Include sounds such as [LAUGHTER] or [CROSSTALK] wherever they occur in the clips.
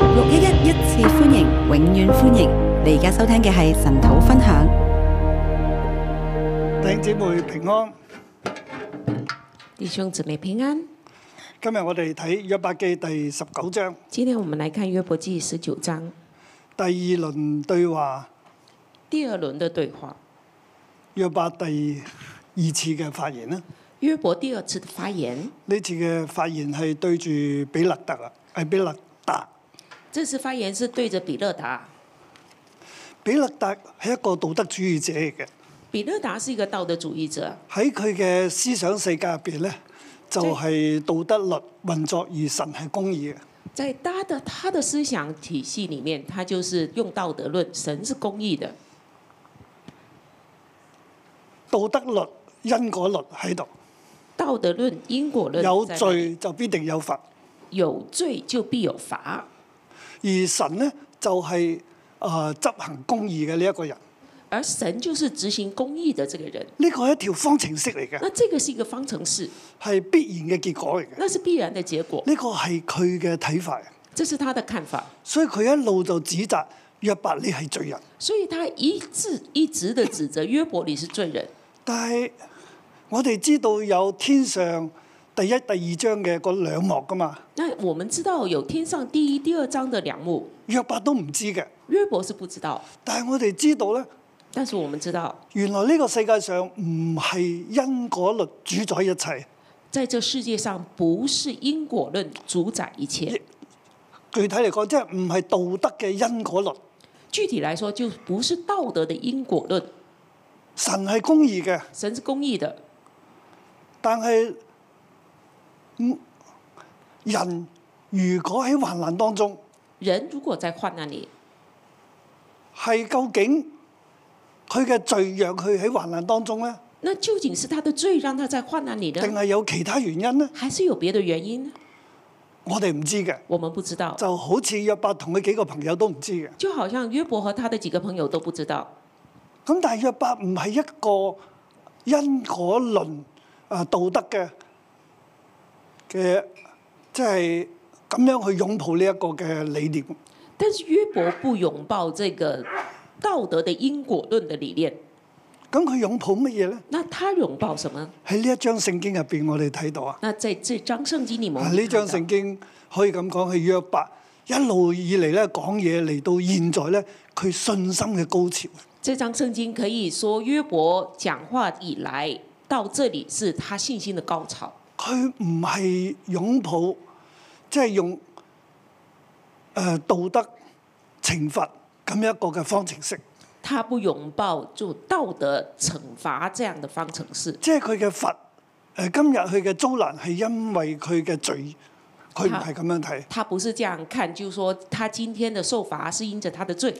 六一一一次歡迎，永遠歡迎！你而家收聽嘅係神土分享。弟兄姊妹平安，弟兄姊妹平安，今日我哋睇約伯記第十九章今天我们来看约伯记十九章第二輪對話，第二轮的对话。約伯第二次嘅發言啦。约伯第二次的发言，呢次嘅發言係對住比勒特啊，係比勒達。这次发言是对着比勒达。比勒達係一個道德主義者嚟嘅，比勒达是一个道德主义者，喺佢嘅思想世界入邊咧，就係、道德律運作而神係公義嘅。在他的他的思想体系里面，他就是用道德论，神是公义的，道德律、因果律喺度，道德论、因果论有在那里，罪就必定有罰。有罪就必有罚。而神呢，就係、呃、執行公義嘅呢一個人，而神就是执行公义的这个人，呢個係一條方程式嚟嘅，那这个是一个方程式，係必然嘅結果嚟嘅。那是必然的结果，呢個係佢嘅睇法，这是他的看法。所以佢一路就指責約伯你係罪人，所以他一直一直的指责约伯你是罪人。但係我哋知道有天上第一、第二章嘅嗰兩幕噶嘛，那我们知道有天上第一、第二章的两幕，約伯都唔知嘅，约伯是不知道，但係我哋知道呢，但是我们知道，原來呢個世界上唔係因果律主宰一切。在这世界上不是因果论主宰一切。具體嚟講，即係唔係道德嘅因果律，具体来说，就不是道德的因果论，神係公義嘅，神是公义的，但係嗯人如果喺患難當中，人如果在患难里，係究竟佢嘅罪讓佢喺患難當中呢？那究竟是他的罪让他在患难里定呢，係有其他原因呢？还是有别的原因呢？我哋唔知嘅，我们不知道。就好似約伯同佢幾個朋友都唔知嘅。就好像约伯和他的几个朋友都不知道，咁但係約伯唔係一個因果論啊道德嘅嘅，即係咁樣去擁抱呢一個嘅理念。但是约伯不拥抱这个道德的因果论的理念，咁佢擁抱乜嘢呢？那他拥抱什么？喺呢一章聖經入邊，我哋睇到啊，那在这张圣经里面，我啊们呢章看聖到經可以咁講，係約伯一路以嚟咧講嘢，嚟到現在咧，佢信心嘅高潮。这张圣经可以说约伯讲话以来到这里是他信心的高潮，佢唔係擁抱，即係用誒、呃道德懲罰咁樣一個嘅方程式，他不拥抱就道德惩罚这样的方程式，即係佢嘅罰誒、呃今日佢嘅遭難係因為佢嘅罪，佢唔係咁樣睇。他不是这样看，就是说他今天的受罚是因着他的罪，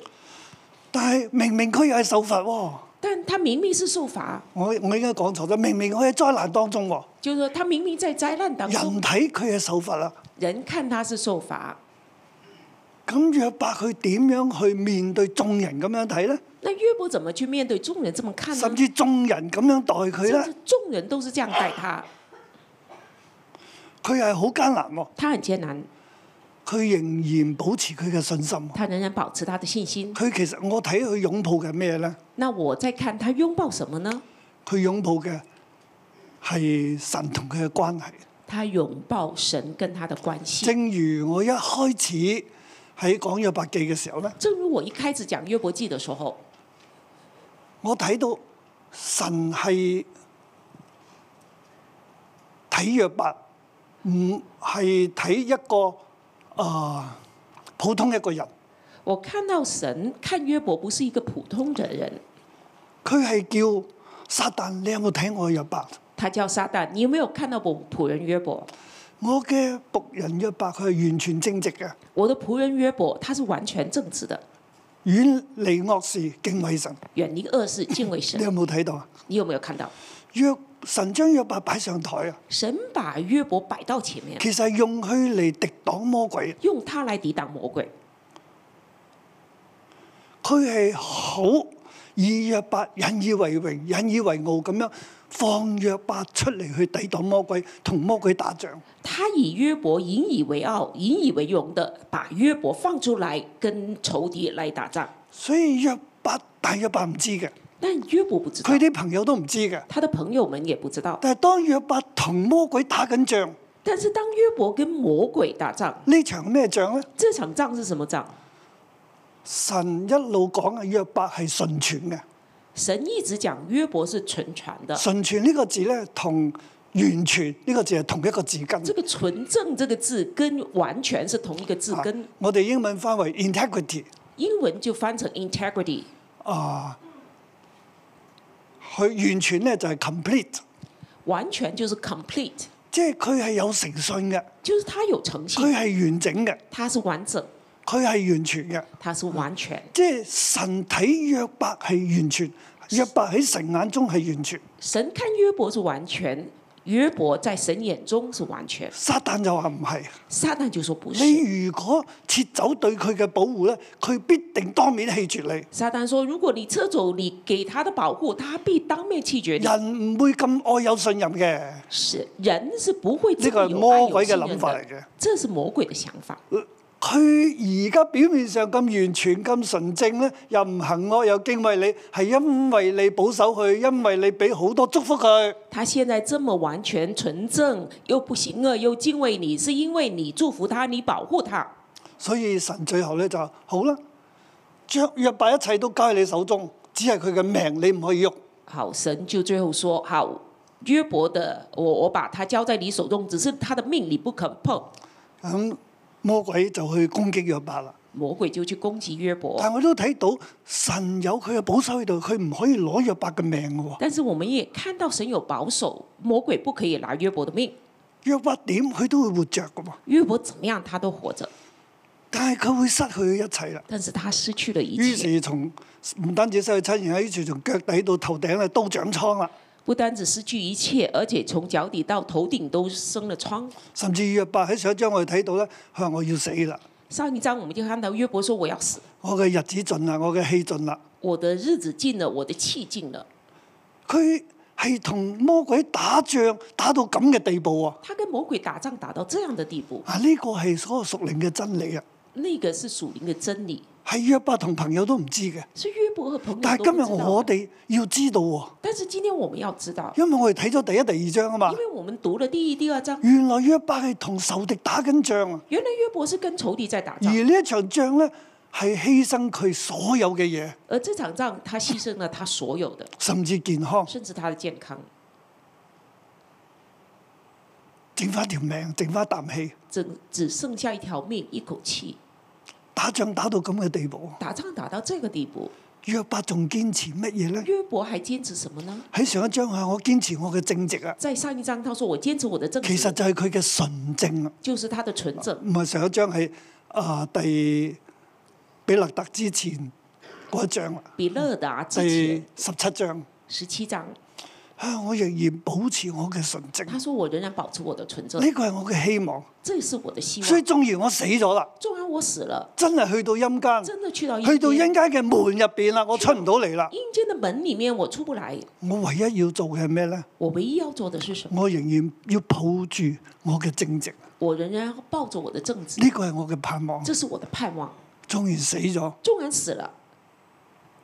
但係明明佢又係受罰喎、但他明明是受罚，我我應該講錯咗，明明佢喺災難當中喎、就是说他明明在灾难当中人，睇佢嘅手法啦。人看他是受罚，咁約伯佢點樣去面對眾人咁樣睇呢？那约伯怎么去面对众人这么看呢甚？至眾人咁樣待佢甚呢至？众人都是这样待他，佢係好艱難喎。他很艰难，佢仍然保持佢嘅信心。他仍然保持他的信心。佢其實我睇佢擁抱嘅咩呢？那我在看他拥抱什么呢？佢擁抱嘅係神同佢嘅關係。他拥抱神跟他的关系。正如我一開始喺講約伯記嘅時候呢，正如我一开始讲约伯记的时候，我睇到神係睇約伯，唔係睇一個啊、普通一個人，我看到神看约伯不是一个普通的人，佢係叫撒旦，你有冇睇我嘅約伯？他叫撒旦。你有没有看到我仆人约伯？我嘅仆人約伯佢係完全正直嘅。我的仆人约伯，他是完全正直的，遠離惡事，敬畏神。远离恶事，敬畏 [LAUGHS] 神你。有冇睇到啊？你有没有看到？約神將約伯擺上台啊，神把约伯摆到前面，其實係用佢嚟敵擋魔鬼。啊用他来抵挡魔鬼。佢係好以約伯引以為榮、引以為傲咁樣放約伯出嚟去抵擋魔鬼，同魔鬼打仗。他以约伯引以为傲、引以为荣的把约伯放出来跟仇敌来打仗，所以約伯但約伯唔知嘅，但约伯不知道佢，啲朋友都唔知嘅。他的朋友们也不知道。但係當約伯同魔鬼打緊仗，但是当约伯跟魔鬼打仗，呢場咩仗呢？这场仗是什么仗？神一路講啊，約伯係順傳嘅。神一直讲约伯是纯全的，順傳呢個字呢，同完全呢個字係同一個字根这。个“纯正”这个字跟完全是同一个字根啊，我哋英文翻為 integrity 英文就翻成 integrity。啊，佢完全呢就係 complete，完全就是 complete，即係佢係有誠信嘅，就是他有诚佢信，係完整嘅，他是完整，佢係完全嘅。他是完全。即係神睇約伯係完全，約伯喺神眼中係完全。神看约伯是完全，约伯在神眼中是完全。撒旦就話唔係，撒旦就说不是。你如果撤走對佢嘅保護呢，佢必定當面棄絕你。撒旦说：如果你撤走你给他的保护，他必当面弃绝你。人唔會咁愛有信任嘅。是人是不会呢这個么係有魔爱鬼嘅有信任諗法嚟嘅的。这是魔鬼的想法。佢而家表面上咁完全、咁純正咧，又唔行惡，又敬畏你，係因為你保守佢，因為你俾好多祝福佢。他现在这么完全纯正，又不行恶，又敬畏你，是因为你祝福他，你保护他。所以神最後咧就話好啦，將約伯一切都交喺你手中，只係佢嘅命你唔可以喐。好，神就最后说：好，约伯的，我我把他交在你手中，只是他的命你不可碰。咁魔鬼就去攻擊約伯啦。魔鬼就去攻击约伯，但我都睇到神有佢嘅保守喺度，佢唔可以攞約伯嘅命嘅喎。但是我们也看到神有保守，魔鬼不可以拿约伯的命。約伯點佢都會活着嘅喎，约伯怎么样，他都活着，但係佢會失去一切啦。但是他失去了一於切，是從唔單止失去親人，於是從腳底到頭頂咧都長瘡啦，不单只失去一切，而且从脚底到头顶都生了疮。甚至約伯喺上一章我哋睇到咧，佢話我要死啦，上一章我们就看到约伯说：“我要死，我嘅日子盡啦，我嘅氣盡啦。我的日子尽了，我的气尽了。佢係同魔鬼打仗打到咁嘅地步啊！”他跟魔鬼打仗打到这样的地步，啊，呢、個係嗰個屬靈嘅真理啊，那个是属灵的真理。係約伯同朋友都唔知嘅。是约伯和朋友但都係不今知日道我的哋要知道喎，但是今天我们要知道，因為我哋睇咗第一、第二章啊嘛因，为我们读了第一、第二章，原來約伯係同仇敵打緊仗啊，原来约伯是跟仇敌在打而仗，呢一場仗咧係犧牲佢所有嘅嘢，而这场仗他牺牲了他所有的，甚至健康。甚至他的健康，整翻條命，整翻啖氣。只只剩下一条命，一口气。打仗打到咁嘅地步，打仗打到这个地步，約伯仲堅持乜嘢呢？约伯还坚持什么呢？喺上一章啊，我堅持我嘅正直啊，在上一章他说我坚持我的正其實直，就係佢嘅純正啊，就是他的纯正，唔係上一章係啊第比勒特之前嗰一章啦，比勒达之第前十七章十七章，啊，我仍然保持我嘅純正，他说我仍然保持我的纯正，呢個係我嘅希望。这是我的啊希哎所以望。縱然我死咗啦，纵然我死了，真係去到陰間，真的去到去到阴陰間嘅門入邊啦，我出唔到嚟啦。阴间的门里面，我出不来。我唯一要做嘅係咩呢？我唯一要做的是什么？我仍然要抱住我嘅正直，呢我仍然抱着我的正直，個係我嘅盼望。这是我的盼望。縱然死咗，纵然死了，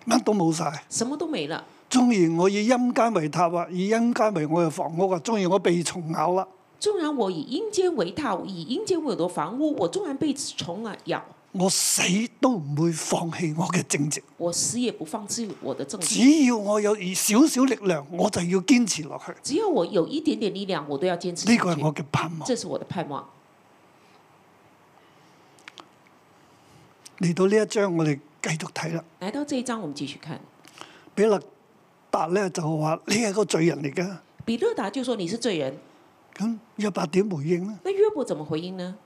乜都冇晒；什麼都沒了；縱然我以陰間為塔啊，以陰間為我嘅房屋啊，縱然我被蟲咬啦，纵然我以陰間為套，以陰間為我的房屋，我纵然被蟲啊咬，我死都唔會放棄我嘅正直。我死也不放棄我的正直。只要我有少少力量，我就要堅持落去。只要我有一點點力量，我都要堅持下呢個係去。我嘅盼望。这是我的盼望。嚟到呢一章，我哋繼續睇啦。來到這一章，我們繼續看。比勒達咧就話：你係個罪人嚟㗎。比勒達就說：“你是罪人。咁約伯點回應呢？”那約伯怎麼回應呢？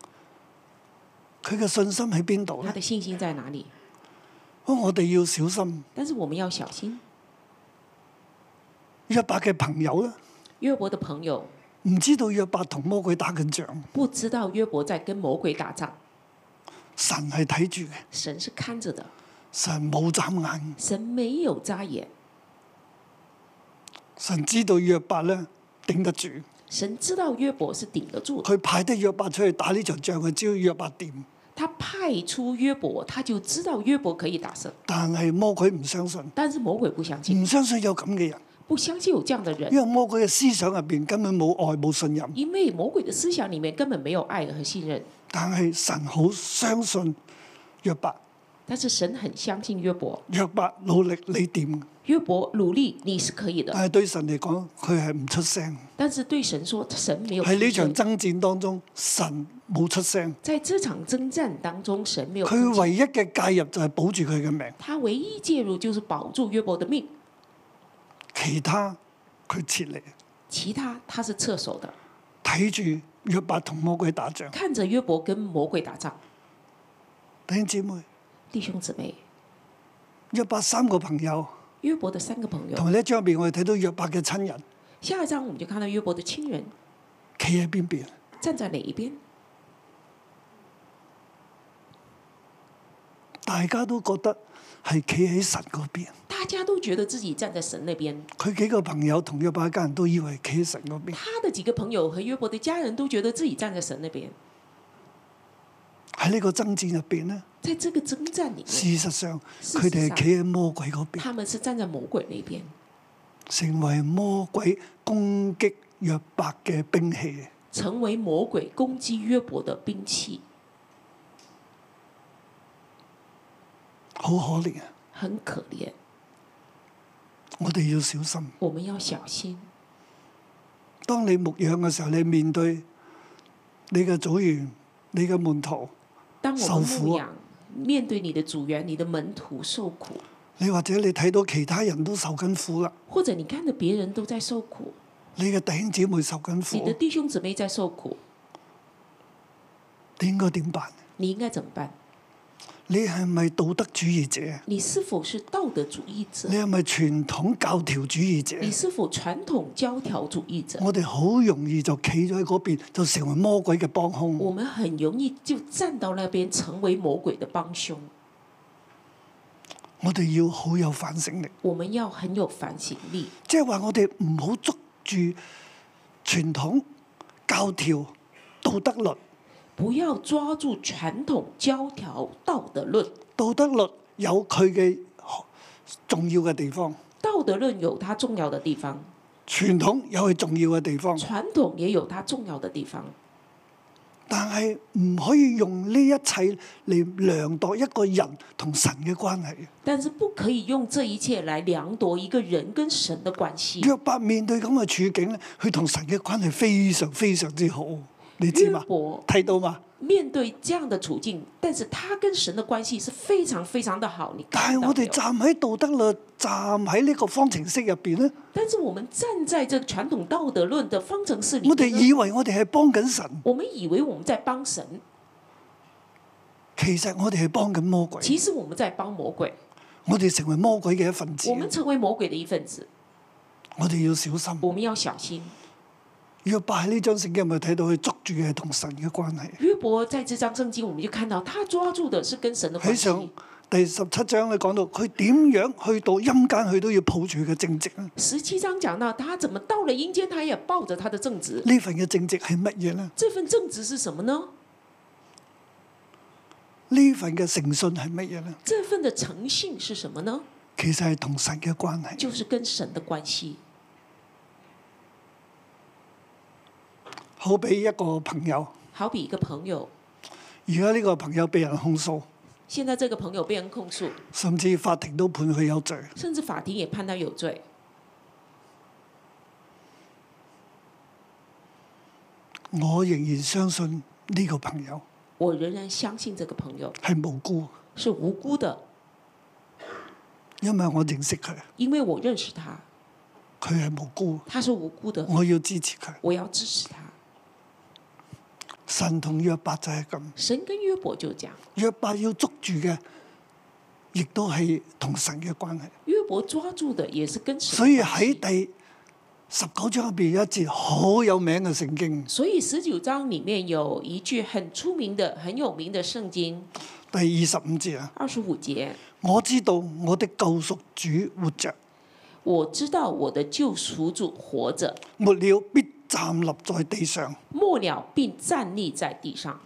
佢嘅信心喺邊度他呢？哦的信心在哪裡？我哋要小心。但是我們要小心，約伯嘅朋友咧，約伯的朋友唔知道約伯同魔鬼打緊仗，不知道約伯在跟魔鬼打仗，神係睇住嘅，神是看着的。神冇眨眼，神沒有眨眼，神知道約伯咧頂得住，神知道約伯是頂得住的，佢派得約伯出去打呢場仗，佢只要約伯掂。他派出約伯，他就知道約伯可以打勝。但係魔鬼唔相信，但是魔鬼不相信，唔相信有咁嘅人，不相信有這樣的人，因為魔鬼嘅思想入邊根本冇愛冇信任。因為魔鬼的思想裡面根本沒有愛和信任。但係神好相信約伯，但是神很相信約伯，約伯努力你掂，約伯努力你是可以的，但係對神嚟講佢係唔出聲。但是對神說神沒有出喺呢場聲。爭戰當中，神冇出聲，在這場征戰當中，神沒有出佢聲唯一嘅介入就係保住佢嘅命，他唯一介入就是保住約伯的命，其他佢撤離，其他他是撤手的，睇住約伯同魔鬼打仗。看着約伯跟魔鬼打仗。弟兄姊妹，弟兄姊妹，約伯三個朋友，約伯的三個朋同友，埋呢一章入邊我哋睇到約伯嘅親人下一章我們就看到約伯的親人企喺邊邊。站在哪一邊，大家都覺得係企喺神嗰邊。大家都覺得自己站在神那邊。佢幾個朋友同約伯一家人都以為企喺神嗰邊，他的幾個朋友和約伯的家人都覺得自己站在神那邊。喺呢個爭戰入邊呢，在這個征戰裡事實面，上事實上佢哋係企喺魔鬼嗰邊，他們是站在魔鬼那邊，成為魔鬼攻擊約伯嘅兵器。成為魔鬼攻擊約伯的兵器，好可憐啊！很可憐。我哋要小心。我們要小心。當你牧養嘅時候，你面對你嘅組員、你嘅門徒，當我受們苦牧啊養，面對你的組員、你的門徒受苦，你或者你睇到其他人都受緊苦啦，或者你看着別人都在受苦，你嘅弟兄姊妹受緊你的苦，弟兄姊妹在受苦，你應該點辦？你應該怎麼辦？你係咪道德主義者？你是否是道德主義者你？係咪傳統教條主義者？你是否傳統教條主義者？我哋好容易就企咗喺嗰邊，就成為魔鬼嘅幫兇。我們很容易就站到那邊，成為魔鬼的幫兇。我哋要好有反省力，我們要很有反省力，即係話我哋唔好捉住傳統教條道德律。不要抓住傳統教條道德論。道德律有佢嘅重要嘅地方，道德論有它重要的地方，傳統有佢重要嘅地方，傳統也有它重要的地方。但係唔可以用呢一切嚟量度一個人同神嘅關係。但是不可以用這一切來量度一個人跟神的關係。約伯面對咁嘅處境咧，佢同神嘅關係非常非常之好，你知嘛約？伯睇到嘛？面對這樣的處境，但是他跟神的關係是非常非常的好。你但係看到我沒哋有？站喺道德律，站喺呢個方程式入邊咧，但是我們站在這傳統道德論的方程式裡我哋面呢，以為我哋係幫緊神，我們以為我們在幫神，其實我哋係幫緊魔鬼。其實我們在幫魔鬼。我哋成為魔鬼嘅一份子我，們成為魔鬼的一份子，我哋要小心。我們要小心。約伯喺呢張聖經咪睇到佢捉住嘅係同神嘅關係。約伯在這章聖經，我們就看到他抓住的是跟神的關喺上係。第十七章咧講到，佢點樣去到陰間，佢都要抱住佢嘅正直啊！十七章講到他怎麼到了陰間，他也抱着他的正直。呢份嘅正直係乜嘢呢？這份正直是什麼呢？呢份嘅誠信係乜嘢呢？这份的诚信是什麼呢？其實係同神嘅關係。就是跟神的關係。好比一個朋友，好比一個朋友，而家呢個朋友被人控訴，現在這個朋友被人控訴，甚至法庭都判佢有罪。甚至法庭也判他有罪。我仍然相信呢個朋友我仍然相信這個朋友係無辜，是無辜的，因為我認識佢，因為我認識他，佢係無辜，他是無辜的，我要支持佢。我要支持他。神同約伯就係咁，神跟約伯就講，約伯要捉住嘅，亦都係同神嘅關係。約伯抓住的也是跟神的所以關係。喺第十九章入邊有一節好有名嘅聖經，所以十九章裡面有一句很出名的、很有名的聖經第二十五節啊，二十五節。我知道我的救贖主活着，我知道我的救赎主活着，末了必站立在地上。末了并站立在地上。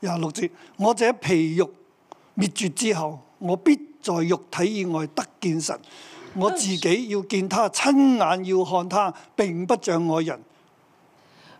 廿六節，我這皮肉滅絕之後，我必在肉體以外得見神。我自己要見他，親眼要看他，並不像外人。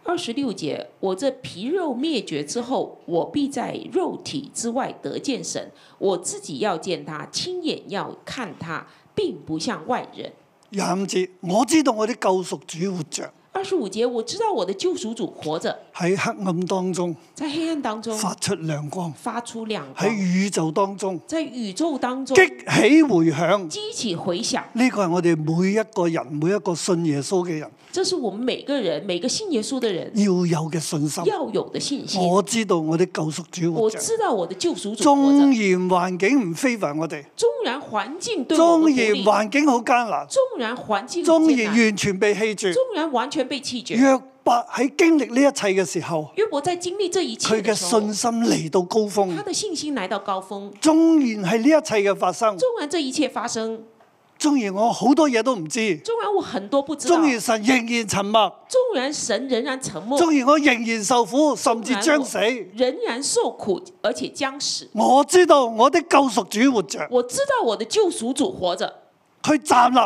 二十六节，我这皮肉灭绝之后，我必在肉体之外得见神，我自己要见他，亲眼要看他，并不像外人。廿五節，我知道我的救贖主活着，二十五节，我知道我的救赎主活着，喺黑暗當中在黑暗当中發出亮光，发出亮喺光，宇宙當中在宇宙当中激起迴響。激起回响。呢個係我哋每一個人、每一個信耶穌嘅人这是我们每个人、每个信耶稣的人要有嘅信心。要有的信心。我知道哦我的救贖主活我着，知道我的救赎主活縱着，然環境唔非凡我哋，纵然环境对我縱不然利，環境好艱難，纵然环境很縱艰然难，完全被棄絕。纵然完全被弃绝。約伯喺經歷呢一切嘅時候，约伯在经历这一切佢嘅的时候，信心嚟到高峰他。的信心来到高峰。縱然係呢一切嘅發生，纵然这一切发生，縱然我好多嘢都唔知，纵然我很多不知道，縱然神仍然沉默，纵然神仍然沉默，縱然我仍然受苦，甚至將死，仍然受苦，而且将死。我知道我的救贖主活着，我知道我的救赎主活着，佢站立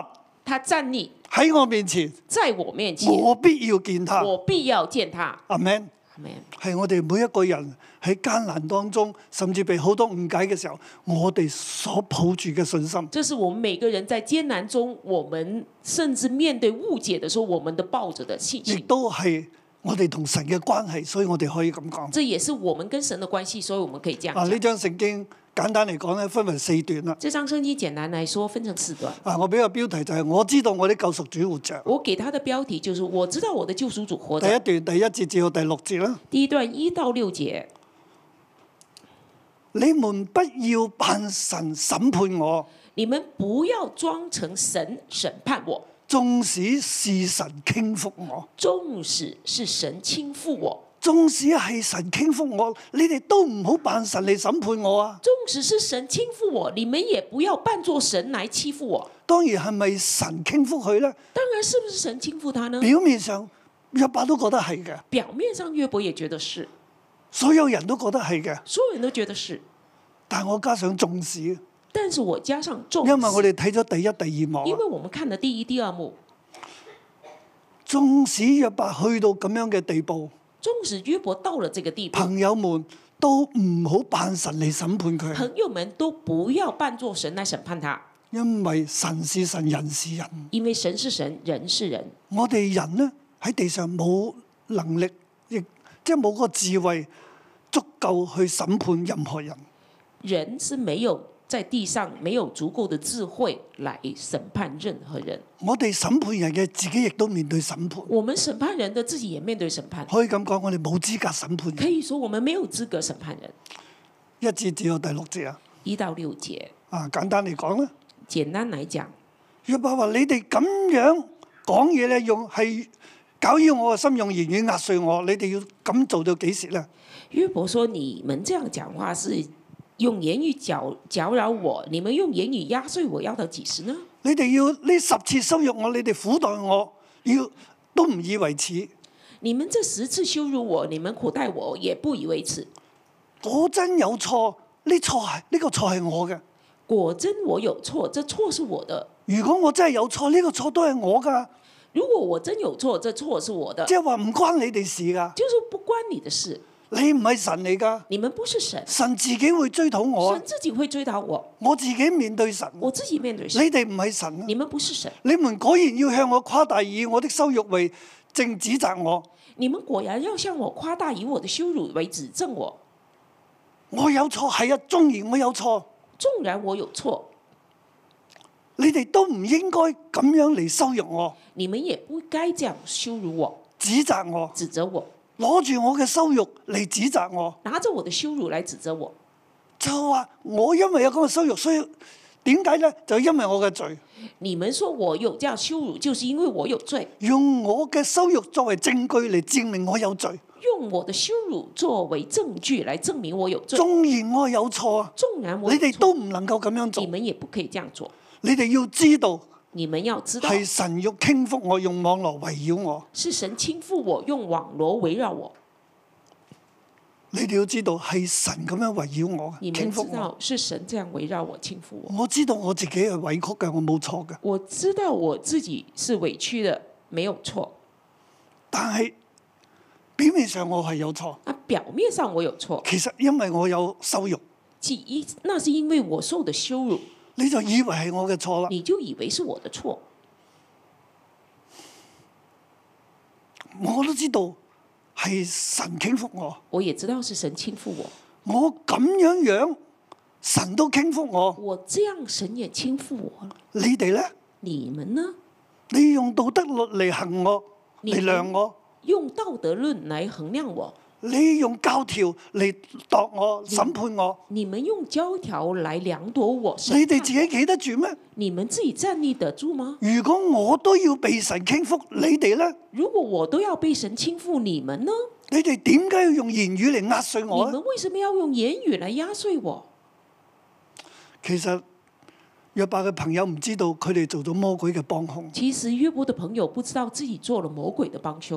他站立喺我面前，在我面前，我必要見他。我必要见他。阿 Man 阿门。係我哋每一個人喺艱難當中，甚至被好多誤解嘅時候，我哋所抱住嘅信心。这是我们每个人在艰难中，我们甚至面对误解的时候，我们的抱着的信亦心。都係我哋同神嘅關係，所以我哋可以咁講。这也是我们跟神的关系，所以我们可以这样啊，讲。呢張聖經簡單嚟講咧，分為四段啦。这张圣经简单来说分成四段，啊，我俾個標題就係、我知道我的救贖主活着。我给它的标题就是“我知道我的救赎主活第着一段第一節至到第六節啦，”。第一段一到六节，你們不要扮神審判我，你们不要装成神审判我，縱使是神傾覆我，纵使是神倾覆我，縱使係神傾覆我，你哋都唔好扮神嚟審判我啊！纵使是神倾覆我，你们也不要扮作神来欺负我。當然係咪神傾覆佢呢？当然，是不是神倾覆他呢？表面上約伯都覺得係嘅，表面上约伯也觉得是，所有人都覺得係嘅，所有人都觉得是。但我加上縱使。但是我加上重，因為我哋睇咗第一、第二幕因啊，为我们看的第一、第二幕，縱使約伯去到咁樣嘅地步，纵使约伯到了这个地步，朋友們都唔好扮神嚟審判佢，朋友们都不要扮作神来审判他，因為神是神，人是人。因为神是神，人是人。我哋人呢喺地上冇能力，亦即係冇個智慧足夠去審判任何人。人是没有在地上没有足够的智慧来审判任何人。我哋審判人嘅自己亦都面對審判，我们审判人的自己也面对审判，可以咁講，我哋冇資格審判可人。以说我们没有资格审判人。一至至到第六節啊，一到六节，啊簡單嚟講啦。简单来讲，約伯話：你哋咁樣講嘢咧，用係搞擾我嘅心，用言語壓碎我。你哋要咁做到幾時咧？约伯说：“你们这样讲话是用言语搅搅扰我，你们用言语压碎我，要到几时呢？你哋要呢十次羞辱我，你哋苦待我，要都唔以為恥。你们这十次羞辱我，你们苦待我，也不以为耻。我真有錯，呢錯係呢個錯係我嘅。果真我有错，这错是我的。如果我真係有錯，呢、個錯都係我㗎，如果我真有错，这错是我的，即係話唔關你哋事㗎。就是不关你的事。你唔係神嚟㗎，你们不是神，神自己會追討我神，自己会追打我，我自己面對神。我自己面对你神。哋唔係神啊你们不是神，你們果然要向我誇大，以我的羞辱為正指責我。你们果然要向我夸大，以我的羞辱为指证我。我有錯，係啊，縱然我有錯，纵然我有错，你哋都唔應該咁樣嚟羞辱我、你们也不该这样羞辱我、指責我，指责我。”攞住我嘅羞辱嚟指責我，拿着我的羞辱来指责我，就話我因為有咁嘅羞辱，所以點解呢？就因為我嘅罪，你们说我有这样羞辱，就是因为我有罪，用我嘅羞辱作為證據嚟證明我有罪。用我的羞辱作为证据来证明我有罪。縱然我有錯，啊纵然我你有哋错，都唔能夠咁樣你做。们也不可以这样做。你哋要知道，你们要知道，係神要傾覆我，用網絡圍繞我。是神倾覆我，用網羅圍繞我。你哋要知道係神咁樣圍繞我，你傾们覆知我。道是神這樣圍繞我，傾覆我。我知道我自己係委曲嘅，我冇錯嘅。我知道我自己是委屈的，沒有錯。但係表面上我係有錯，那啊表面上我有錯，其實因為我有羞辱，其一那是因為我受的羞辱，你就以為係我嘅錯啦。你就以為是我的錯。我都知道係神傾覆我，我也知道是神傾覆我，我咁樣樣，神都傾覆我。我這樣神也傾覆我了。你哋呢？你們呢？你用道德律嚟行我，你嚟量我，用道德論來衡量我，你用教條嚟度我、審判我，你們用教條來量度我。審你判哋自己企得住咩？你們自己站立得住嗎？如果我都要被神傾覆，你哋呢？如果我都要被神傾覆，你們呢？你哋點解要用言語嚟壓碎你我呢？們為什麼要用言語來壓碎我？其實約伯嘅朋友唔知道佢哋做咗魔鬼嘅幫兇，其實約伯的朋友不知道自己做了魔鬼的幫兇，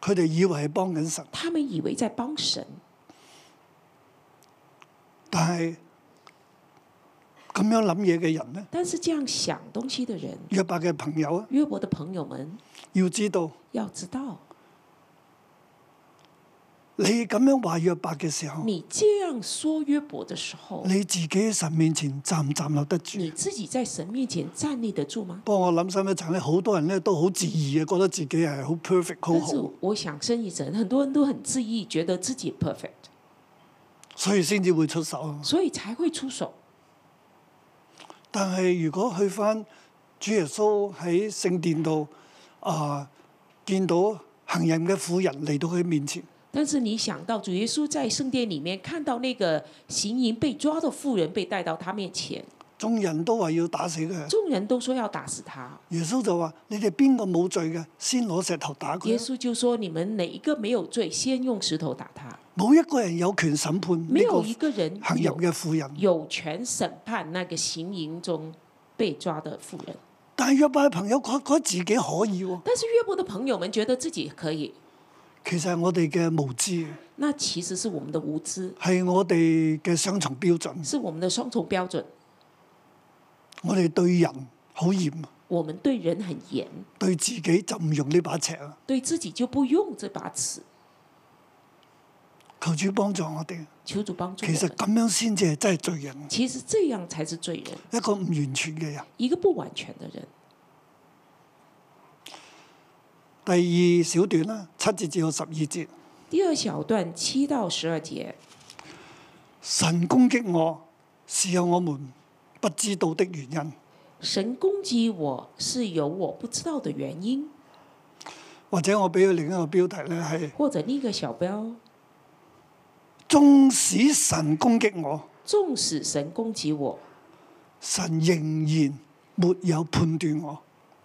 佢哋以為係幫緊神，他們以為在幫神，但係咁樣諗嘢嘅人呢，但是這樣想東西的人，約伯嘅朋友啊，約伯的朋友們要知道要知道，你咁樣話約伯嘅時候，你這樣說約伯的時候，你自己喺神面前站唔站立得住？你自己在神面前站立得住嗎？不過我諗深一層咧，好多人咧都好自義嘅，覺得自己係好 perfect 好但是好，我想深一層，很多人都很自意，覺得自己 perfect，所以先至會出手啊。所以才會出手。但係如果去翻主耶穌喺聖殿度啊，見到行人嘅婦人嚟到佢面前，但是你想到主耶穌在聖殿裡面看到那個行淫被抓的婦人被帶到他面前，眾人都話要打死佢，啊眾人都說要打死他，耶穌就話：你哋邊個冇罪嘅，先攞石頭打佢。耶啊穌就說：你們哪一個沒有罪，先用石頭打他。冇一個人有權審判沒呢有一個個人嗯行淫有嘅婦人。有權審判那個行淫中被抓的婦人。但係約伯嘅朋友覺覺得自己可以喎，但是約伯的朋友們覺得自己可以，其實係我哋嘅無知，那其實是我們的無知，係我哋嘅雙重標準。是我們的雙重標準。我哋對人好嚴，我們對人很嚴，對自己就唔用呢把尺啊！對自己就不用這把尺。求主幫助我哋。求主啊幫助我其實們。咁樣先至係真係罪人，其實這樣才是罪人，一個唔完全嘅人。一個不完全的人。第二小段啦，七節至到十二節，第二小段七到十二節，神攻擊我是有我們不知道的原因，神攻擊我是有我不知道的原因，或者我俾佢另一個標題咧係：或者另一個小標，縱使神攻擊我，纵使神攻擊我，神仍然沒有判斷我，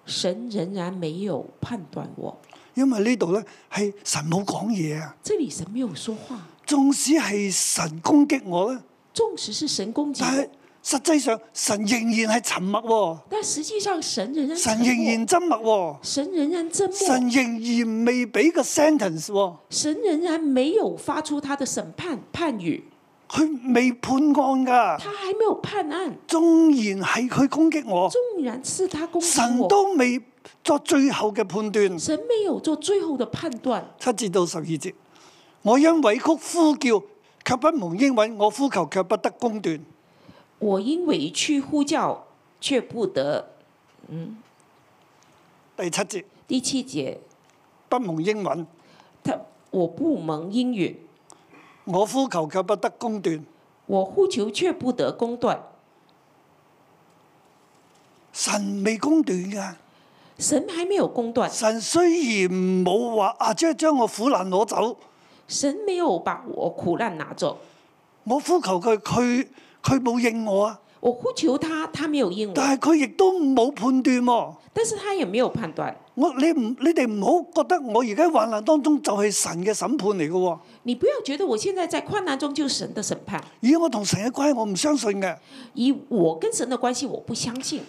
神仍然沒有判斷我。因為呢度咧係神冇講嘢啊。這裡神沒有說話，縱使係神攻擊我咧，纵使是神攻但擊係我，實際上神仍然係沉默喎，但實際上神仍然神沉默仍然沉默喎。神仍然沉默，神仍然未俾個 sentence 喎，神仍然沒有發出他的審判判語，佢未判案㗎，他還沒有判案，縱然係佢攻擊我，縱然是他攻擊神我，都未作最後嘅判斷。神沒有做最後的判斷。七至到十二節，我因委曲呼叫，卻不蒙應允；我呼求，卻不得公斷。我因委屈呼叫，却不得。第七節，第七節，不蒙應允，他我不蒙應允，我呼求，卻不得公斷。我呼求却不得公斷。神未公斷㗎，神還沒有公斷，神雖然冇話啊，即係將我苦難攞走，神沒有把我苦難拿走。我呼求佢，佢佢冇應我啊。我呼求他，他沒有應我，但係佢亦都冇判斷喎。但是他也沒有判斷。我你唔你哋唔好覺得我而家患難當中就係神嘅審判嚟嘅喎。你不要覺得我現在在困難中就是神的審判，以我同神嘅關係，我唔相信嘅。以我跟神的關係，我不相信。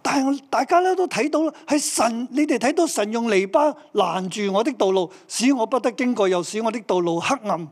但係我大家咧都睇到啦，係神，你哋睇到神用籬笆攔住我的道路，使我不得經過，又使我的道路黑暗。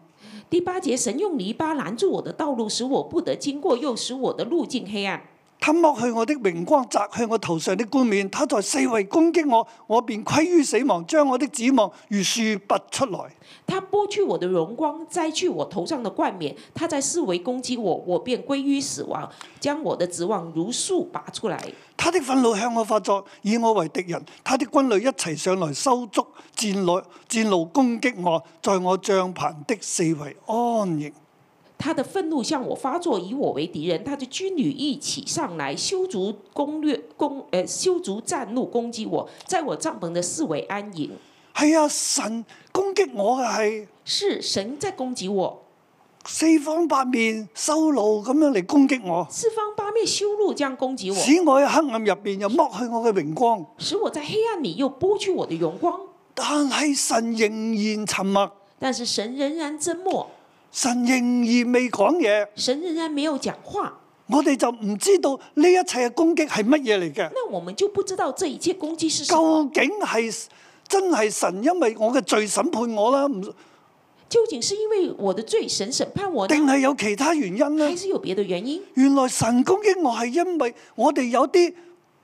第八节，神用篱笆拦住我的道路，使我不得经过，又使我的路径黑暗。他剝去我的榮光，摘去我頭上的冠冕。他在四圍攻擊我，我便歸於死亡，將我的指望如樹拔出來。他剥去我的荣光，摘去我头上的冠冕。他在四围攻击我，我便归于死亡，将我的指望如树拔出来。他的憤怒向我發作，以我為敵人。他的軍隊一齊上來收足戰路，戰路攻擊我，在我帳棚的四圍安營。他的愤怒向我发作，以我为敌人。他的军旅一起上来，修筑攻略攻呃修筑战路攻击我，在我帐篷的四围安营。係啊，神攻擊我嘅係是神在攻击我，四方八面修路咁樣嚟攻擊我，四方八面修路这样攻击我，使我喺黑暗入邊又剝去我嘅榮光。使我在黑暗里又剥去我的荣光。但係神仍然沉默，但是神仍然沉默，神仍然未講嘢。神仍然没有讲话，我哋就唔知道呢一切嘅攻擊係乜嘢嚟嘅，那我们就不知道这一切攻击是什么，究竟係真係神因為我嘅罪審判我啦，唔究竟是因为我的罪神审判我呢，定係有其他原因还呢？是有别的原因？原來神攻擊我係因為我哋有啲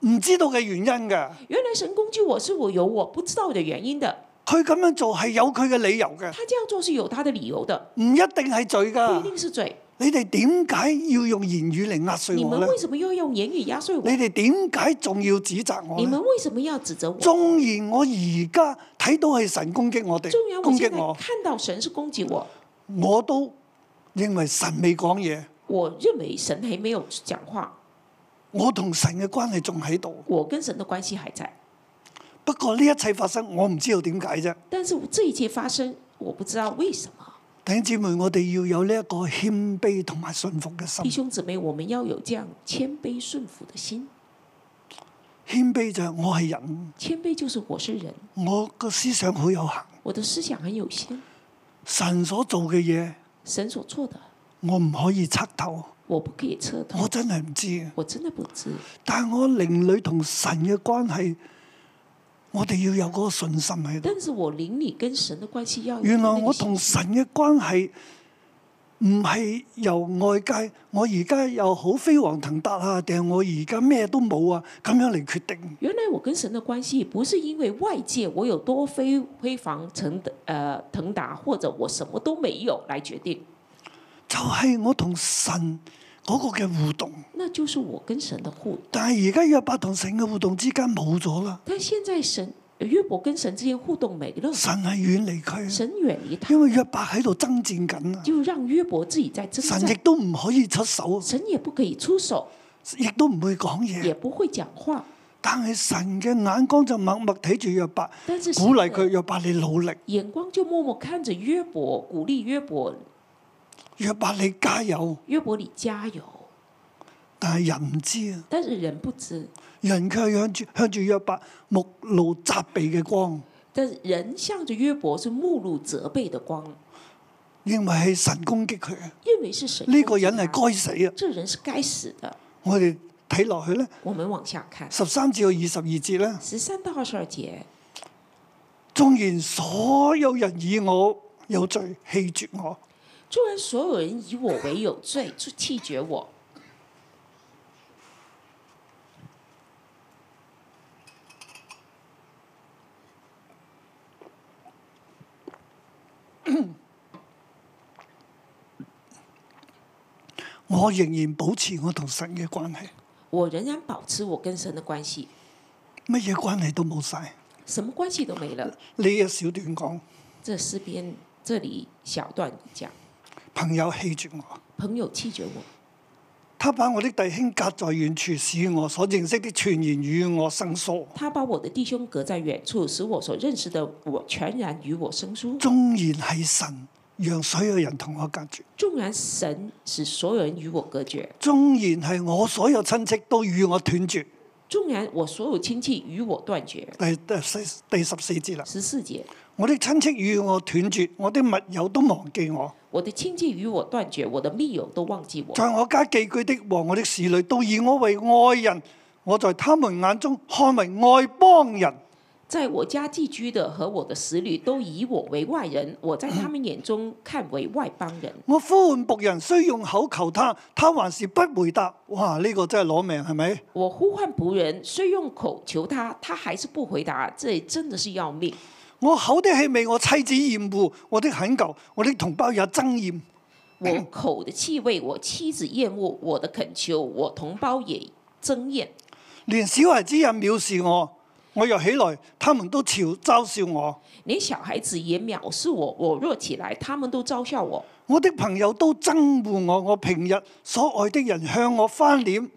唔知道嘅原因㗎，原来神攻击我是我有我不知道的原因的，佢咁樣做係有佢嘅理由嘅，他这样做是有他的理由的，唔一定係罪不一㗎。定是罪。你哋點解要用言語嚟壓碎你我们呢？为什么要用言语压碎我你？哋點解仲要指責我你呢们？为什么要指责我？縱然我而家睇到係神攻擊我哋纵然，我攻现擊在我。看到神是攻击我，我都認為神未講嘢，我认为神还没有讲话，我同神嘅關係仲喺度。我跟神的关系还在。不過呢一切發生，我唔知道點解啫。但是这一切发生，我不知道为什么。弟兄姊妹，我哋要有呢一個謙卑同埋信服嘅弟心。兄姊妹，我们要有这样谦卑顺服的心。謙卑就係我係人，谦卑就是我是人，我個思想好有限，我的思想很有限，神所做嘅嘢神所做的我唔可以測透，我不可以测透我，真係唔知啊嘅。我真的不知。但係我靈裏同神嘅關係，我哋要有嗰個信心喺度。但是我邻里跟神的关系要有原來那个我信同神嘅關係唔係由外界，我而家又好飛黃騰達啊，定係我而家咩都冇啊，咁樣嚟決定。原来我跟神的关系不是因为外界我有多飞辉煌腾呃腾达，或者我什么都没有来决定，就係、我同神嗰個嘅互動。那就是我跟神的互。但係而家約伯同神嘅互動之間冇咗啦，但现在神约伯跟神之间互动没了，神係遠離佢，神远离他，因為約伯喺度爭戰緊啊。就让约伯自己在征神亦战。都唔可以出手，神也不可以出手，亦都唔會講嘢也。不会讲话，但係神嘅眼光就默默睇住約伯，但是神鼓勵佢：的約伯你努力，眼光就默默看着约伯，鼓励约伯，約伯你加油。约伯你加油。但係人唔知啊，但是人不知，人卻係向住向住約伯目露責備嘅光，但是人向着约伯是目露责备的光，認為係神攻擊佢啊！认为是神呢、攻個击人他係該死啊！这人是该死的。我哋睇落去咧，我们往下看十三至到二十二節咧，十三到二十二节，縱然所有人以我有罪棄絕我，纵然所有人以我为有罪，就弃绝我，我仍然保持我同神嘅關係，我仍然保持我跟神的关系，乜嘢關係都冇晒。什么关系都没了。呢一小段講这诗篇这里小段讲，朋友棄絕我，朋友弃绝我，他把我的弟兄隔在遠處，使我所認識的全然與我生疏。他把我的弟兄隔在远处，使我所认识的我全然与我生疏。縱然係神讓所有人同我隔絕。纵然神使所有人与我隔绝，縱然係我所有親戚都與我斷絕，纵然我所有亲戚与我断绝。第第四第十四節啦。十四节，我的親戚與我斷絕，我的密友都忘記我，我的亲戚与我断绝，我的密友都忘记我。在我家寄居的和我的侍女都以我為外人，我在他們眼中看為外邦人。在我家寄居的和我的使女都以我为外人，我在他们眼中看为外邦人。我呼喚仆人，雖用口求他，他還是不回答。哇！呢、個真係攞命係咪？我呼唤仆人，虽用口求他，他还是不回答，这真的是要命。我口的氣味，我妻子厭惡，我的懇求，我的同胞也憎厭。我口的气味，我妻子厌恶；我的恳求，我同胞也憎厌。連小孩子也藐視我。我若起來，他們都嘲嘲笑我。连小孩子也藐视我，我若起来，他们都嘲笑我。我的朋友都憎惡我。我平日所愛的人向我翻臉，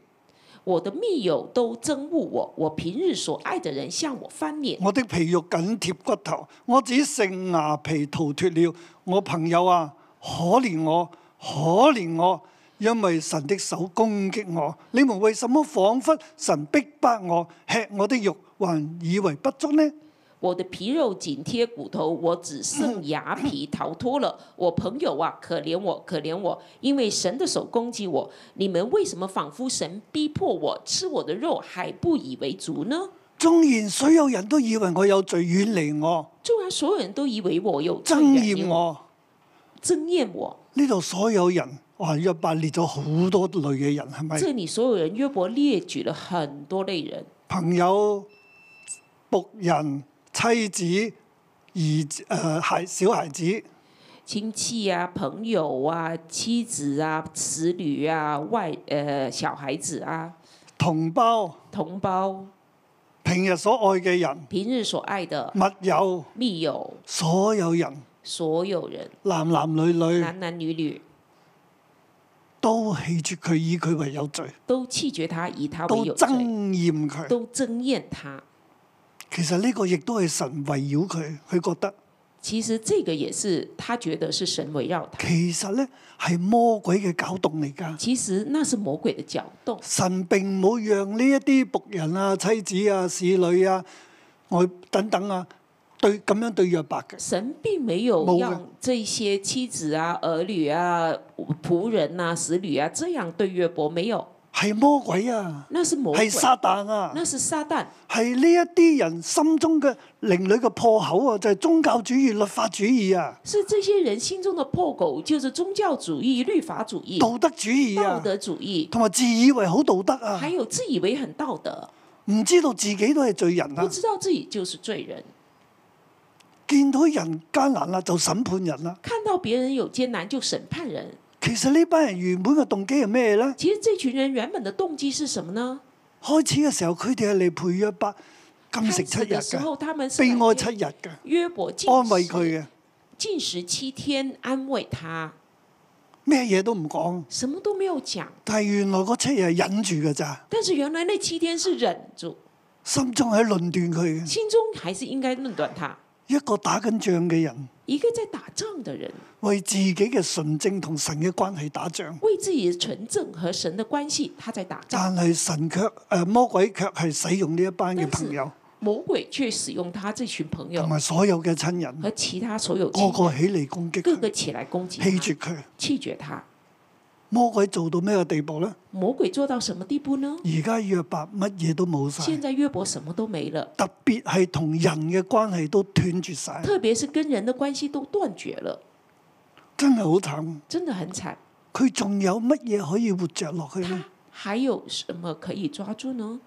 我的密友都憎恶我，我平日所爱的人向我翻脸，我的皮肉緊貼骨頭，我只剩牙皮逃脱了。我朋友啊，可憐我，可憐我，因為神的手攻擊我。你們為什麼彷彿神逼迫我，吃我的肉，還以為不足呢？我的皮肉紧贴骨头，我只剩牙皮逃脱了。我朋友啊，可怜我，可怜我，因为神的手攻击我。你们为什么仿佛神逼迫我吃我的肉，还不以为足呢？縱然所有人都以為我有罪，遠離我，纵然所有人都以为我有罪憎人厭，我。憎厌我。呢度所有人，哇！約伯列咗好多類嘅人，係咪？这里所有人，约伯列举了很多类人，朋友、仆人、妻子、兒子誒孩、小孩子，亲戚啊、朋友啊、妻子啊、子女啊、外呃小孩子啊、同胞、同胞、平日所愛嘅人、平日所爱的密友，密友、所有人，所有人，男男女女男男女女，都棄絕佢，以佢為有罪，都弃绝他，以他为都有憎罪，厭佢。都憎厌他。其實呢個亦都係神圍繞佢，佢覺得其实这个也是他觉得是神围绕他，其實呢係魔鬼嘅攪動嚟㗎。其实那是魔鬼的搅动。神並冇讓呢一啲仆人啊、妻子啊、侍女啊、外等等啊，對咁樣對約伯嘅。神并没冇啊有嘅让这些妻子啊、儿女啊、仆人啊、使女啊这样对约伯，没有，係魔鬼啊，那是魔鬼係，撒旦啊，那是撒旦，係呢一啲人心中嘅靈裏嘅破口啊，就係、宗教主義、律法主義啊、是这些人心中的破口，就是宗教主义、律法主义、道德主義道啊，德主义，同埋自以為好道德啊还，有自以为很道德，唔知道自己都係罪人不啊，知道自己就是罪人。見到人艱難啦就審判人啦。看到別人有艱難就審判人。其實呢班人原本嘅動機係咩呢？其實這群人原本的動機是什麼呢？開始嘅時候佢哋係嚟陪約伯禁食開七始日的時嘅。候，他們是悲來哀七日嘅，約伯禁安慰食佢嘅，禁食七天，安慰他，咩嘢都唔講。什麼都沒有講。但係原來嗰七日係忍住嘅咋，但是原來那七天是忍住，心中喺論斷佢嘅。心中還是應該論斷他。一個打緊仗嘅人，一個在打仗的人，為自己嘅純正同神嘅關係打仗，為自己的純正和神的關係，他在打仗。但係神卻誒、呃魔鬼卻係使用呢一班嘅朋友魔鬼卻使用他這群朋友同埋所有嘅親人，和其他所有個親個起嚟攻擊各個佢，起來攻棄擊他，絕佢。棄絕他。魔鬼做到咩地步呢？魔鬼做到什麼地步呢？而家約伯乜嘢都冇晒現，在約伯什麼都沒了，特別係同人嘅關係都斷絕晒，特別是跟人的關係都斷絕了，真係好慘。真的很慘。佢仲有乜嘢可以活着落去呢他？還有什麼可以抓住呢？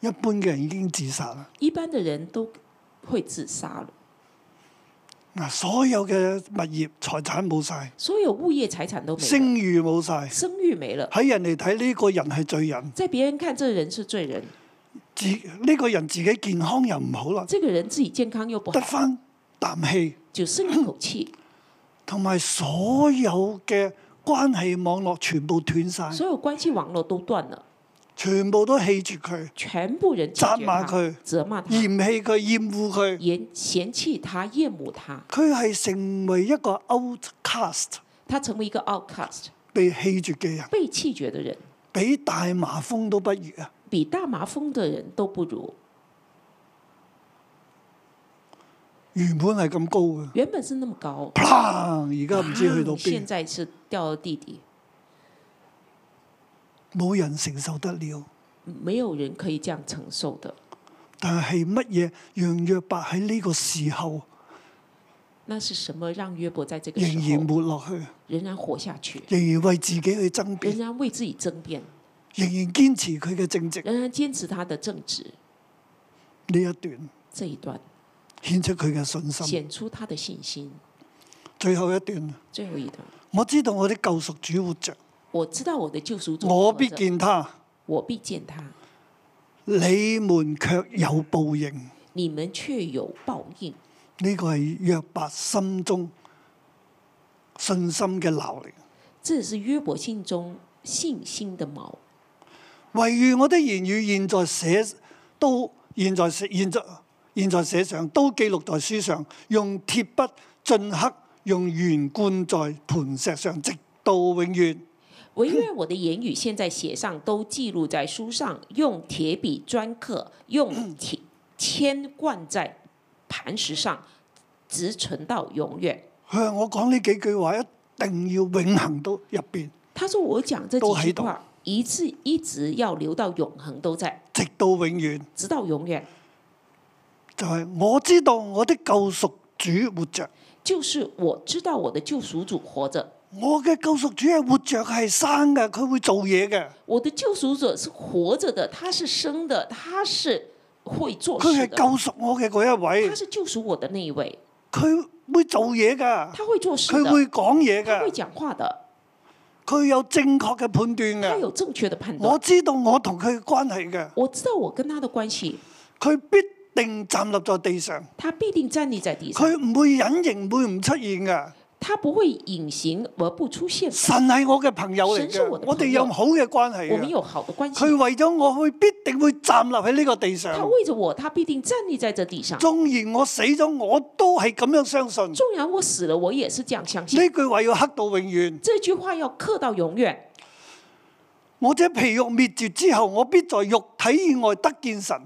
一般嘅人已經自殺啦。一般的人都會自殺了，嗱，所有嘅物業財產冇晒，所有物業財產都沒了，聲譽冇晒，聲譽沒了，喺人嚟睇呢個人係罪人，在別人看這人是罪人，自呢、個人自己健康又唔好啦，這個人自己健康又不得好，翻啖氣，就剩一口氣，同埋所有嘅關係網絡全部斷晒，所有關係網絡都斷了，全部都棄絕佢，全部人拒責絕罵他佢，責罵他，嫌棄佢，厭惡佢，嫌嫌棄他，厭惡他，佢係成為一個 outcast 他成為一個 outcast 被棄絕嘅人，被棄絕的人。比大麻風都不如啊！比大麻风的人都不如。原本係咁高嘅。原本是那么高，砰！而家唔知去到现邊，在是掉到地底。冇人承受得了。没有人可以这样承受的。但係乜嘢讓約伯喺呢個時候那是什么让约伯在这个仍时然候活落去，仍然活下去，仍然為自己去爭仍辯，然为自己争辩，仍然堅持佢嘅正直仍然坚持他的正直？呢一段，这一段顯出佢嘅信心。显出他的信心。最後一段，最后一段，我知道我的救贖主活着，我知道我的救赎主我活必着，見他，我必见他，你們卻有報應。你们却有报应。呢個係約伯心中信心嘅鬧嚟。这是约伯信中信心的矛。唯如我的言語現在寫都現在寫現在現在寫上，都記錄在書上，用鐵筆進刻，用鉛灌在磐石上，直到永遠。惟愿我的言语现在写上，都记录在书上，用铁笔篆刻，用铁铅灌在磐石上，直存到永远。佢話我講呢幾句話一定要永恆都入邊，他说：“我讲这都几还句懂话，一次一直要留到永恒，都在，直到永遠。直到永远。就係、我知道我的救贖主活着，就是我知道我的救赎主活着，我嘅救贖主係活着係生嘅，佢會做嘢嘅，我的救赎者是活着的，他是生的，他是会做佢事係的，救贖我嘅嗰一位他，是救赎我的那一位，佢會做嘢㗎，他会做事佢的，會講嘢他㗎会。讲话的，佢有正確嘅判斷他嘅。有正确的判断。我知道我同佢嘅關係嘅，我知道我跟他的关系，佢必定站立在地上，他必定站立在地上，佢唔會隱形，唔會唔出現嘅。他不会隐形而不出现。神係我嘅朋友嚟神是嘅我，的朋友我哋有好嘅關係我们嘅。有好的关系，佢為咗我，佢必定會站立喺呢個地他上。为着我，他必定站立在这地上。縱然我死咗，我都係咁樣相信。纵然我死了，我也是这样相信。呢句話要刻到永遠。这句话要刻到永远。我這皮肉滅絕之後，我必在肉體以外得見神。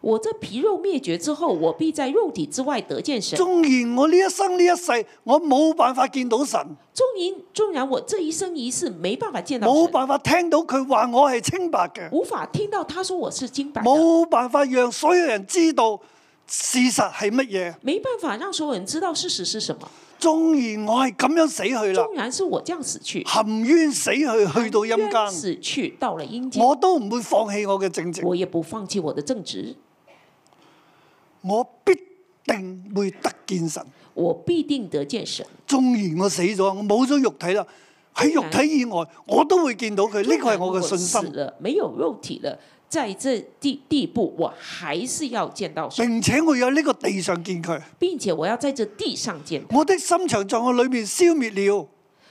我这皮肉灭绝之后，我必在肉体之外得见神。縱然我呢一生呢一世，我冇辦法見到神。纵然纵然我这一生一世没办法见到冇神，辦法聽到佢話我係清白嘅，无法听到他说我是清白的，冇辦法讓所有人知道事實係乜嘢。没办法让所有人知道事实是什么。縱然我係咁樣死去啦，纵然是我这样死去，含冤死去，去到陰冤間，死去到了阴间，我都唔會放棄我嘅正直，我也不放弃我的正直，我必定會得見神。我必定得见神。縱然我死咗，我冇咗肉體啦，喺肉體以外，我都會見到佢。呢個係我嘅信纵然心，死了，没有肉体了，在这地地步，我还是要见到神，並且我要喺呢個地上見佢。并且我要在这地上见他。我的心腸在我裏面消滅了。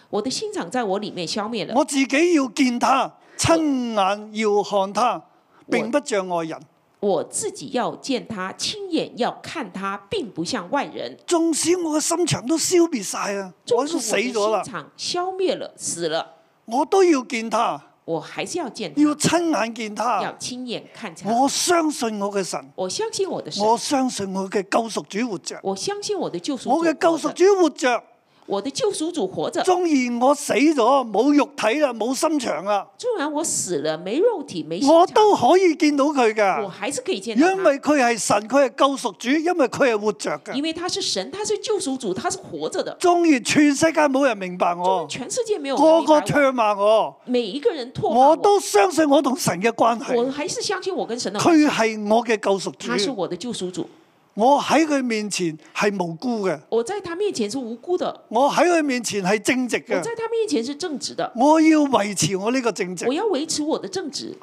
我的心肠在我里面消灭了，我自己要見他，親眼要看他，並不像外人。我自己要见他，亲眼要看他，并不像外人。縱使我嘅心腸都消滅晒啊，我都纵使我死的咗啦心，肠消灭了，死了，我都要見他，我还是要见他，要親眼見要他。亲眼看他。我相信我嘅神，我相信我的神，我相信我嘅救贖主活着，我相信我的救赎主我嘅救活贖着，主活着。我的救赎主活着。縱然我死咗，冇肉體啦，冇心腸啦，纵然我死了，没肉体，没心我肠都可以見到佢我噶，还是可以见到因他，為佢係神，佢係救贖主，因為佢係活着噶因。为他是神，他是救赎主，他是活着的。縱然全世界冇人明白哦我。全世界没有人個明白個我唾罵我，每一个人唾骂我都相信我同神嘅關我係。还是相信我跟神的关系，佢係我嘅救贖他是主，我的救赎主，我喺佢面前係無辜嘅，我在他面前是无辜的，我喺佢面前係正直我嘅，在他面前是正直的，我要維持我呢個正直我。要维持我的正直。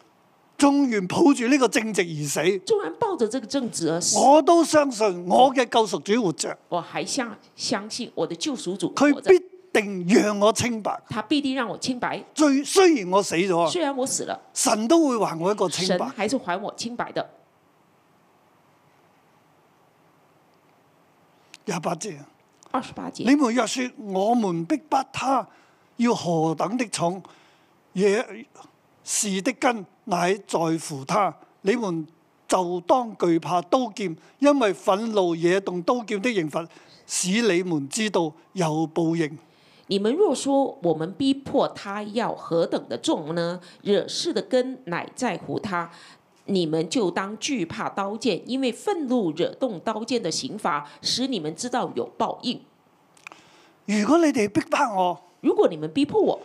縱然抱住呢個正直而死，纵然抱着这个正直而死，我都相信我嘅救贖主活着，我还相相信我的救赎主活佢着，必定讓我清白。他必定让我清白。最雖然我死咗，虽然我死了，神都會還我一個哦清神白。还是还我清白的。廿八節。二十八节，你們若說我們逼迫他，要何等的重，也是的根乃在乎他。你們就當懼怕刀劍，因為憤怒惹動刀劍的刑罰，使你們知道有報應。你们若说我们逼迫他要何等的重呢？惹事的根乃在乎他。你们就当惧怕刀剑，因为愤怒惹动刀剑的刑罚，使你们知道有报应。如果你哋逼迫我，如果你们逼迫我，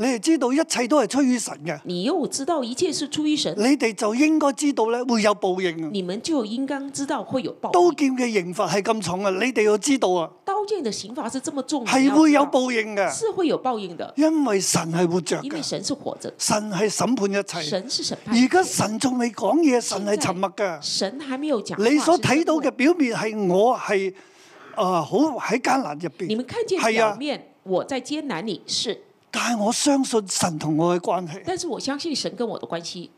你哋知道一切都係出於神嘅，你又知道一切是出于神，你哋就應該知道咧會有報應。你们就應該知道會有報刀應。劍嘅刑罰係咁重啊，你哋要知道啊，刀劍的刑罰是這麼重，你係要知道會有報應嘅，是會有報應的，因為神係活着因為嘅，神是活着的，神係審判一切。神是審判。而家神仲未講嘢，神係沉默嘅。神還沒有講話。你所睇到嘅是神表面係我係啊好喺艱難入你邊，們看見係啊表面，我在艱難裡是，但係我相信神同我嘅關係，但是我相信神跟我的關係，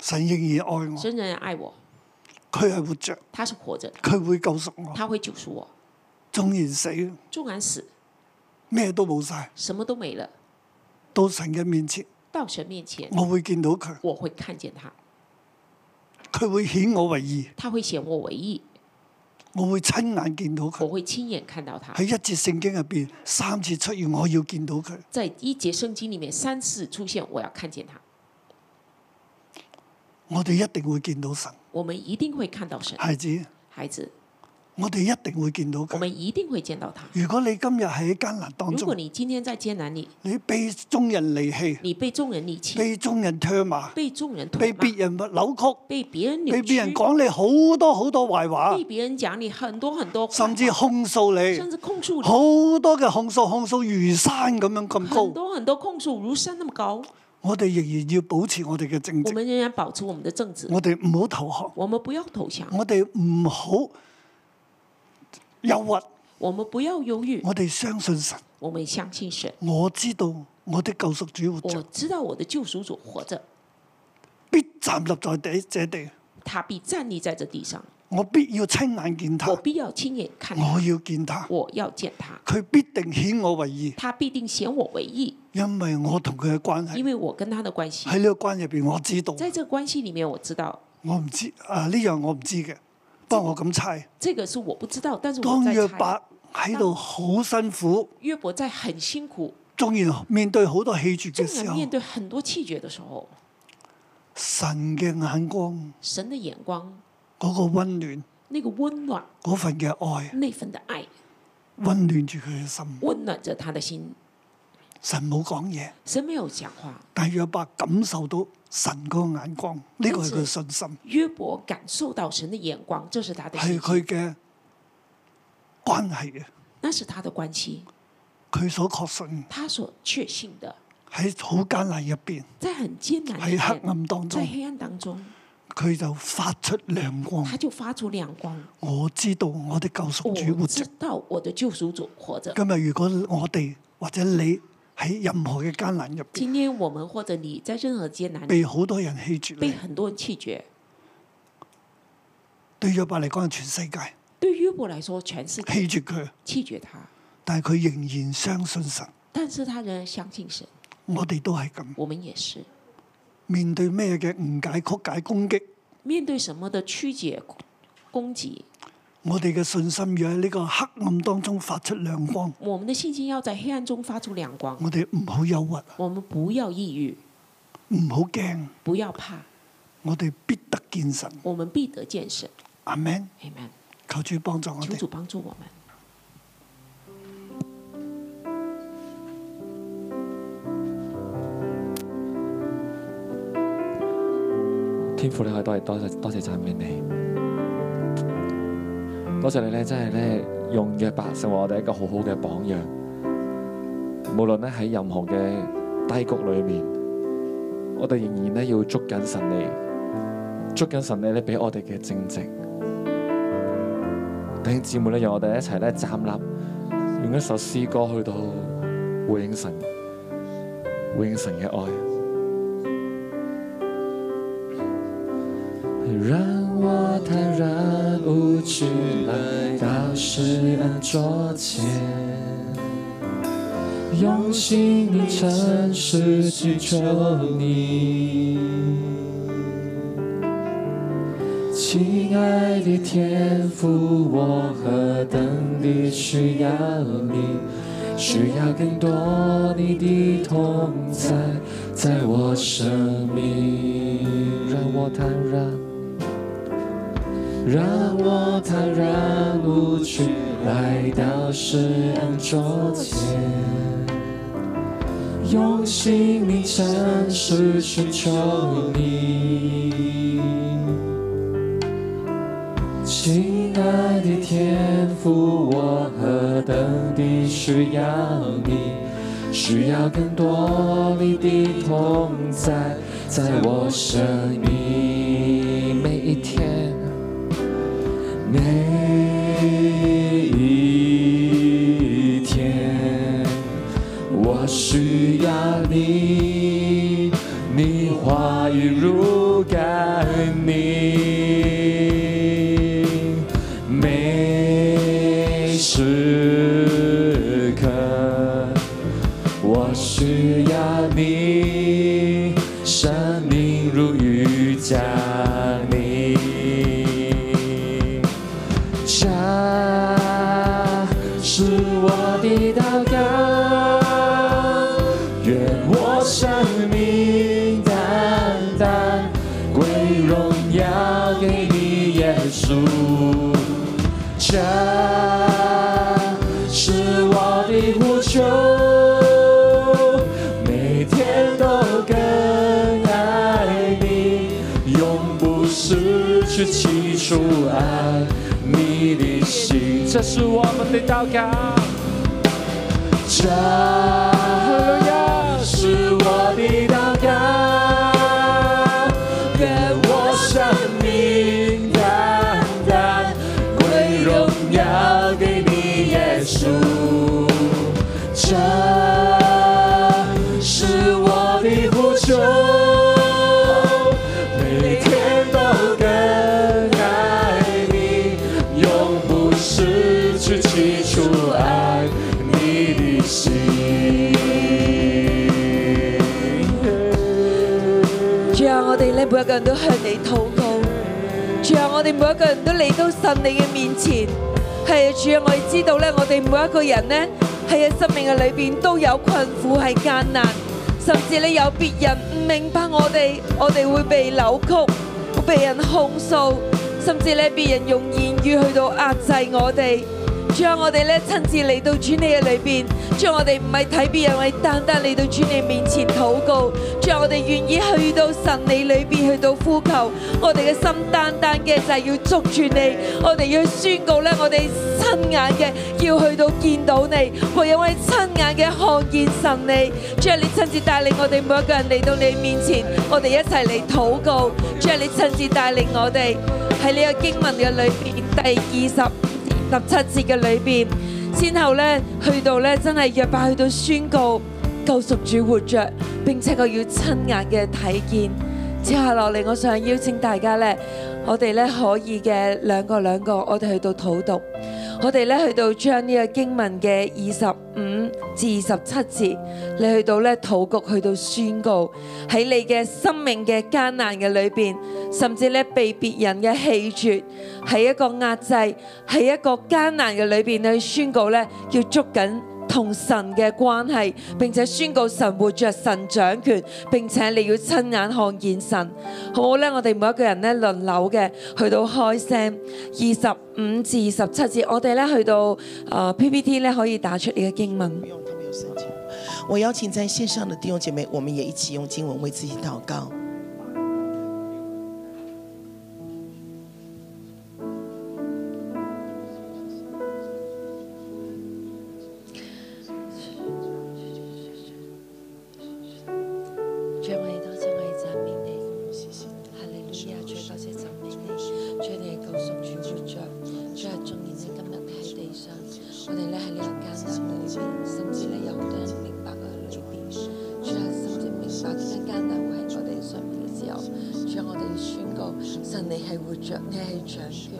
神仍然愛我，神仍然愛我，佢係活着，他是活着的，佢會救贖我。他會救贖我。縱然死，縱然死，咩都冇晒，什麼都沒了，到神嘅面前，到神面前，我會見到佢，我會看見他，佢會顯我為義，他會顯我為義，我會親眼見到我佢。會親眼看到他。喺一節聖經入邊三次出現，我要見到佢。在一節聖經裡面三次出現，我要看見他，我哋一定會見到神，我們一定會看到神。孩子，孩子，我哋一定會見到我佢。們一定會見到他。如果你今日喺艱難當如中果，你今天在艱難裡，你被眾人離棄。你被眾人離棄，被眾人唾罵，被眾人被唾罵別，人扭曲，被別被人扭別曲，人講你好多好多壞話被，別人講你很多很多話，甚至控訴甚你，至控訴你，好多嘅控訴，控訴如山咁樣咁很高。多很多控訴如山那麼高。我哋仍然要保持我哋嘅正我直，們仍然保持我們的正直，我哋唔好投降，我們不要投降，我哋唔好憂鬱，我們不要猶豫，我哋相信神。我們相信神。我知道我的救贖主活我着，知道我的救贖主活着，必站立在地這地，他必站立在这地上，我必要親眼見他，我我必要親眼看他，要見他，我要見他，佢必定顯我為義，他必定顯我為義，因為我同佢嘅關係因。為我跟他的關係，喺呢個關入邊，我知道，在這個關係裡面，我知道我唔知啊呢樣我唔知嘅，不過我咁猜。這個是我不知道，但是我當在約猜。伯喺度好辛苦，約伯在很辛苦，縱然面對好多氣絕嘅縱時然候面，對很多氣絕的時候，神嘅眼光神的眼光，嗰、個温暖，那個溫暖，嗰份嘅愛，那份的愛，温暖住佢嘅心。溫暖着他的心。神冇講嘢，神沒有講話，但係約伯感受到神嗰個眼光，呢個係佢嘅信心，約伯感受到神的眼光，這是他的係信心，佢嘅關係嘅，那是他的關係，佢所確信他所確信的，喺好艱難入邊，在很艱難喺黑的面，暗當在中，黑暗當中，佢就發出亮光。他就發出亮光。我知道我的救贖主活着我知。道我的救贖主活着。今日如果我哋或者你喺任何嘅艱難入邊，今天我們或者你在任何艱難，被好多人棄絕被你，很多人棄絕，對約伯嚟講係全世界對約伯來說，全世界棄絕佢，棄絕他。但係佢仍然相信神。但是他仍然相信神，我哋都係咁，我們也是面對咩嘅誤解、曲解、攻擊，面對什麼的曲解、攻擊，我哋嘅信心要喺呢個黑暗當中發出亮光。我們的信心要在黑暗中發出亮光。我哋唔好憂鬱，我們不要抑鬱，唔好驚，不要怕，我哋必得見神。我們必得見神。阿 Man， Amen。求主幫助我求哋。主幫助我們。天父你可以多謝多謝多謝讚美你，多謝你咧，真係咧用約伯成為我哋一個好好嘅榜樣。無論咧喺任何嘅低谷裏面，我哋仍然咧要捉緊神你，捉緊神你咧俾我哋嘅正直。弟兄姊妹咧，讓我哋一齊咧站立，用一首詩歌去到回應神，回應神嘅愛。让我坦然无惧来到施恩桌前，用心灵诚实去求你，亲爱的天父，我何等的需要你。需要更多你的同在，在我生命，让我坦然，让我坦然无惧来到施恩桌前，用心灵诚实寻求你。亲爱的天父，我何等地需要你，需要更多你的同在，在我生命每一天，每一天，我需要你，你话语如甘霖，每时刻我需要你，生命如雨降临。家是我的祷告，愿我生命单单归荣耀给你，耶稣。家是我的呼求，每天都更爱你，永不失去起初爱你的心。这是我们的祷告。这是我的祷告，愿我生命单单归荣耀给你，耶稣。这是我的呼求，每天都更爱你，永不失去起初爱你的心。主啊，我哋咧每一個人都向你禱告。主啊，我哋每一個人都嚟到神你嘅面前。係啊，主啊，我哋知道咧，我哋每一個人咧喺生命嘅裏邊都有困苦，係艱難，甚至咧有別人唔明白我哋，我哋會被扭曲，會被人控訴，甚至咧別人用言語去到壓制我哋。主啊，我哋咧親自嚟到主你嘅裏邊，主啊我哋唔係睇別人，我哋單單嚟到主你面前禱告。主啊，我哋願意去到神你裏邊去到呼求，我哋嘅心單單嘅就係要捉住你，我哋要宣告咧，我哋親眼嘅要去到見到你，唯有我哋親眼嘅看見神你。主啊，你親自帶領我哋每一個人嚟到你面前，我哋一齊嚟禱告。主啊，你親自帶領我哋喺呢個經文嘅裏邊第二十。十七節嘅裏邊，先後咧去到咧真係約伯去到宣告救贖主活着，並且我要親眼嘅睇見。接下落嚟，我想邀請大家咧，我哋咧可以嘅兩個兩個，我哋去到討讀，我哋咧去到將呢個經文嘅二十五至二十七節，你去到咧禱告，去到宣告喺你嘅生命嘅艱難嘅裏邊，甚至咧被別人嘅棄絕。喺一個壓制，喺一個艱難嘅裏邊你去宣告咧，要捉緊同神嘅關係，並且宣告神活着，神掌權，並且你要親眼看見神，好唔好咧？我哋每一個人咧輪流嘅去到開聲，二十五至二十七節，我哋咧去到啊 PPT 咧可以打出你嘅經文。不用，他没有申请。我邀请在线上的弟兄姐妹，我们也一起用经文为自己祷告。主我哋多謝我哋讚美你，哈利路亞！主多謝讚美你，主你係救贖主活着，主係縱然你今日喺地上，我哋咧喺呢個艱難裏邊，甚至咧有好多人唔明白佢裏邊，主係甚至明白呢個艱難會喺我哋上面嘅時候，主我哋要宣告神你係活着，你係掌權，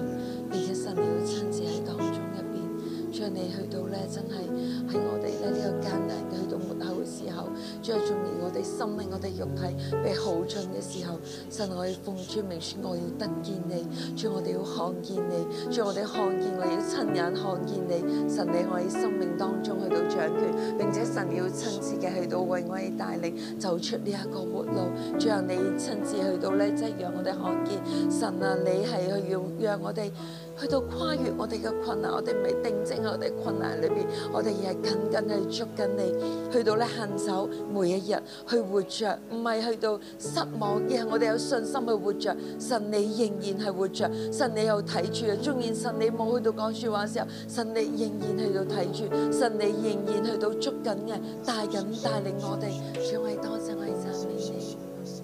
並且神你要親自喺當中入邊，主主啊，你去到咧，真係喺我哋咧呢個艱難嘅去到末後嘅時候，主啊，縱然我哋生命、我哋肉體被耗盡嘅時候，神我哋奉主名宣，我要得見你，主我哋要看見你，主我哋看見我要親眼看見你，神你我喺生命當中去到掌權，並且神你要親自嘅去到為我哋帶領走出呢一個活路，主啊，你親自去到咧，即係讓我哋看見神啊，你係去要讓我哋。去到跨越我哋嘅困難，我哋唔係定睛喺我哋困難裏邊，我哋而係緊緊去捉緊你，去到咧恨守每一日去活着，唔係去到失望，而係我哋有信心去活着。神你仍然係活着，神你又睇住啊！縱然神你冇去到講説話嘅時候，神你仍然去到睇住，神你仍然去到捉緊嘅，帶緊帶領我哋。主我哋多謝我哋讚美你，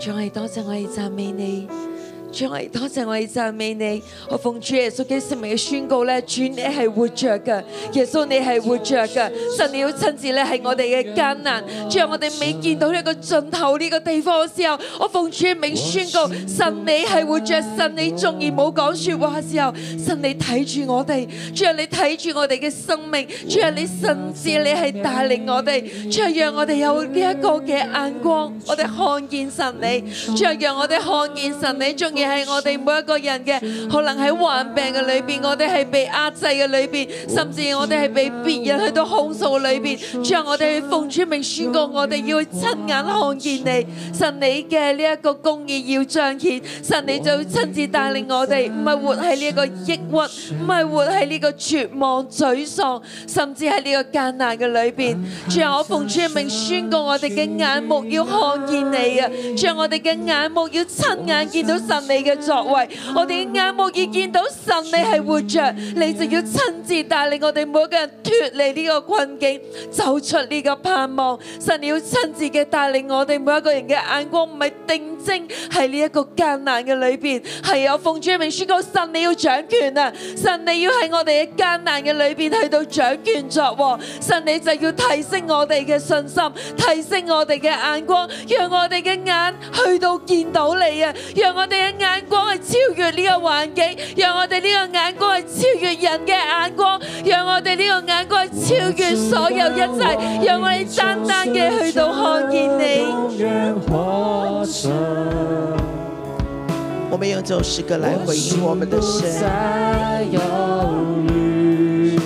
主我哋多謝我哋讚美你，主我哋多謝我哋讚美你。我奉主耶穌基督聖名嘅宣告咧，主你係活着嘅，耶穌你係活着嘅，神你要親自咧係我哋嘅艱難。主啊，我哋未見到呢個盡頭呢個地方嘅時候，我奉主嘅名宣告，神你係活着，神你縱然冇講説話嘅時候，神你睇住我哋，主啊你睇住我哋嘅生命，主啊你甚至你係帶領我哋，主啊讓我哋有呢一個嘅眼光，我哋看見神你，主啊讓我哋看見神你，仲要係我哋每一個人嘅，可能喺患病嘅裏邊，我哋係被壓制嘅裏邊，甚至我哋係被別人去到控訴嘅裏邊，主啊我哋去奉主名宣告，我哋要去親眼看見你，神你嘅呢一個公義要彰顯，神你就要親自帶領我哋，唔係活喺呢一個抑鬱，唔係活喺呢個絕望、沮喪，甚至喺呢個艱難嘅裏邊。主啊，我奉主嘅名宣告，我哋嘅眼目要看見你啊！主啊，我哋嘅眼目要親眼見到神你嘅作為，我哋嘅眼目要見到神你係活着，你就要親自帶領我哋每一個人脫離呢個困境，走出呢個盼望。神你要親自嘅帶領我哋每一個人嘅眼光，唔係定睛喺呢一個艱難嘅裏邊，係我奉主嘅名宣告，神你要掌權啊！神你要喺我哋嘅艱難嘅裏邊去到掌權作王，神你就要提升我哋嘅信心，提升我哋嘅眼光，讓我哋嘅眼去到見到你啊！讓我哋嘅眼光係超越呢個環境，讓我哋呢個眼光係超越人嘅眼光，讓我哋呢個眼光係超越所有一切，讓我哋單單嘅去到看見你。永远活着，我们用这首诗歌来回应我们的神。再犹豫，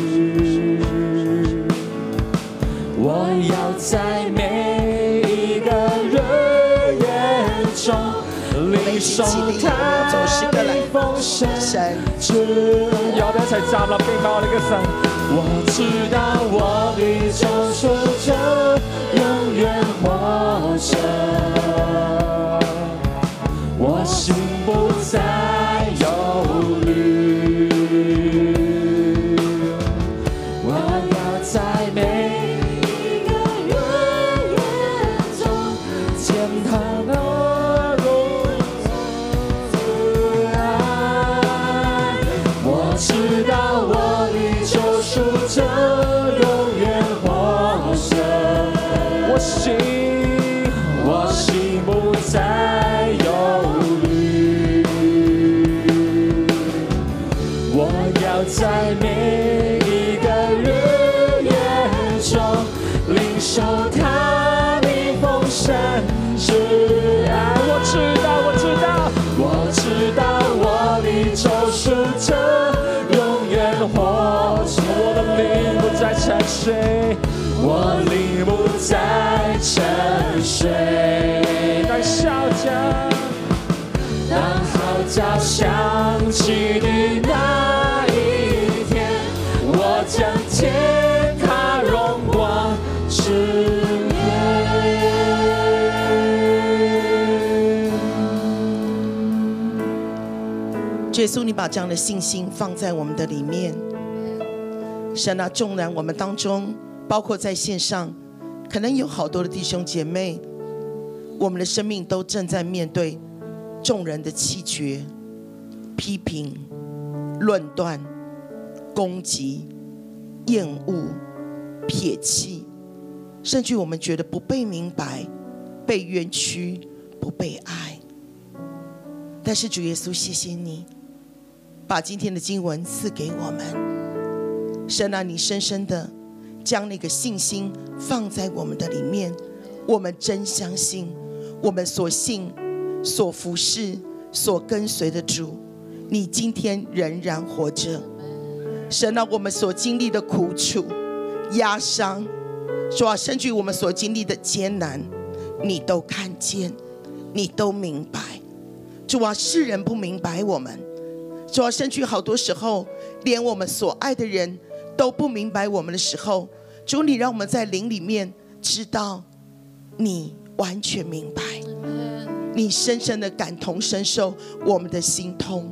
我要在每一个人眼中领受他的丰盛。神，只要我哋一齊站立敬拜我哋嘅神。我知道我的救赎者永遠活着，我心不再憂慮。我要在每一個人眼中見他的榮爱，我知道我的救赎者永远活着，我心我心不再忧虑，我要在每一个日夜中领受他的丰盛之爱。我知道，我知道，我知道，我的救赎者永远活着，我的灵不再沉睡，我灵不再沉睡。当笑着。当号角响起的那一天，我将揭开荣光之面。主耶稣，你把这样的信心放在我们的里面。神啊，纵然我们当中，包括在线上，可能有好多的弟兄姐妹，我们的生命都正在面对众人的弃绝、批评、论断、攻击、厌恶、撇弃，甚至我们觉得不被明白、被冤屈、不被爱。但是主耶稣，谢谢你把今天的经文赐给我们，神啊，你深深的将那个信心放在我们的里面，我们真相信，我们所信、所服侍、所跟随的主，你今天仍然活着。神啊，我们所经历的苦楚、压伤，主啊，甚至于我们所经历的艰难，你都看见，你都明白。主啊，世人不明白我们，主啊，甚至于好多时候，连我们所爱的人都不明白我们的时候，主，你让我们在灵里面知道，你完全明白，你深深的感同身受我们的心痛，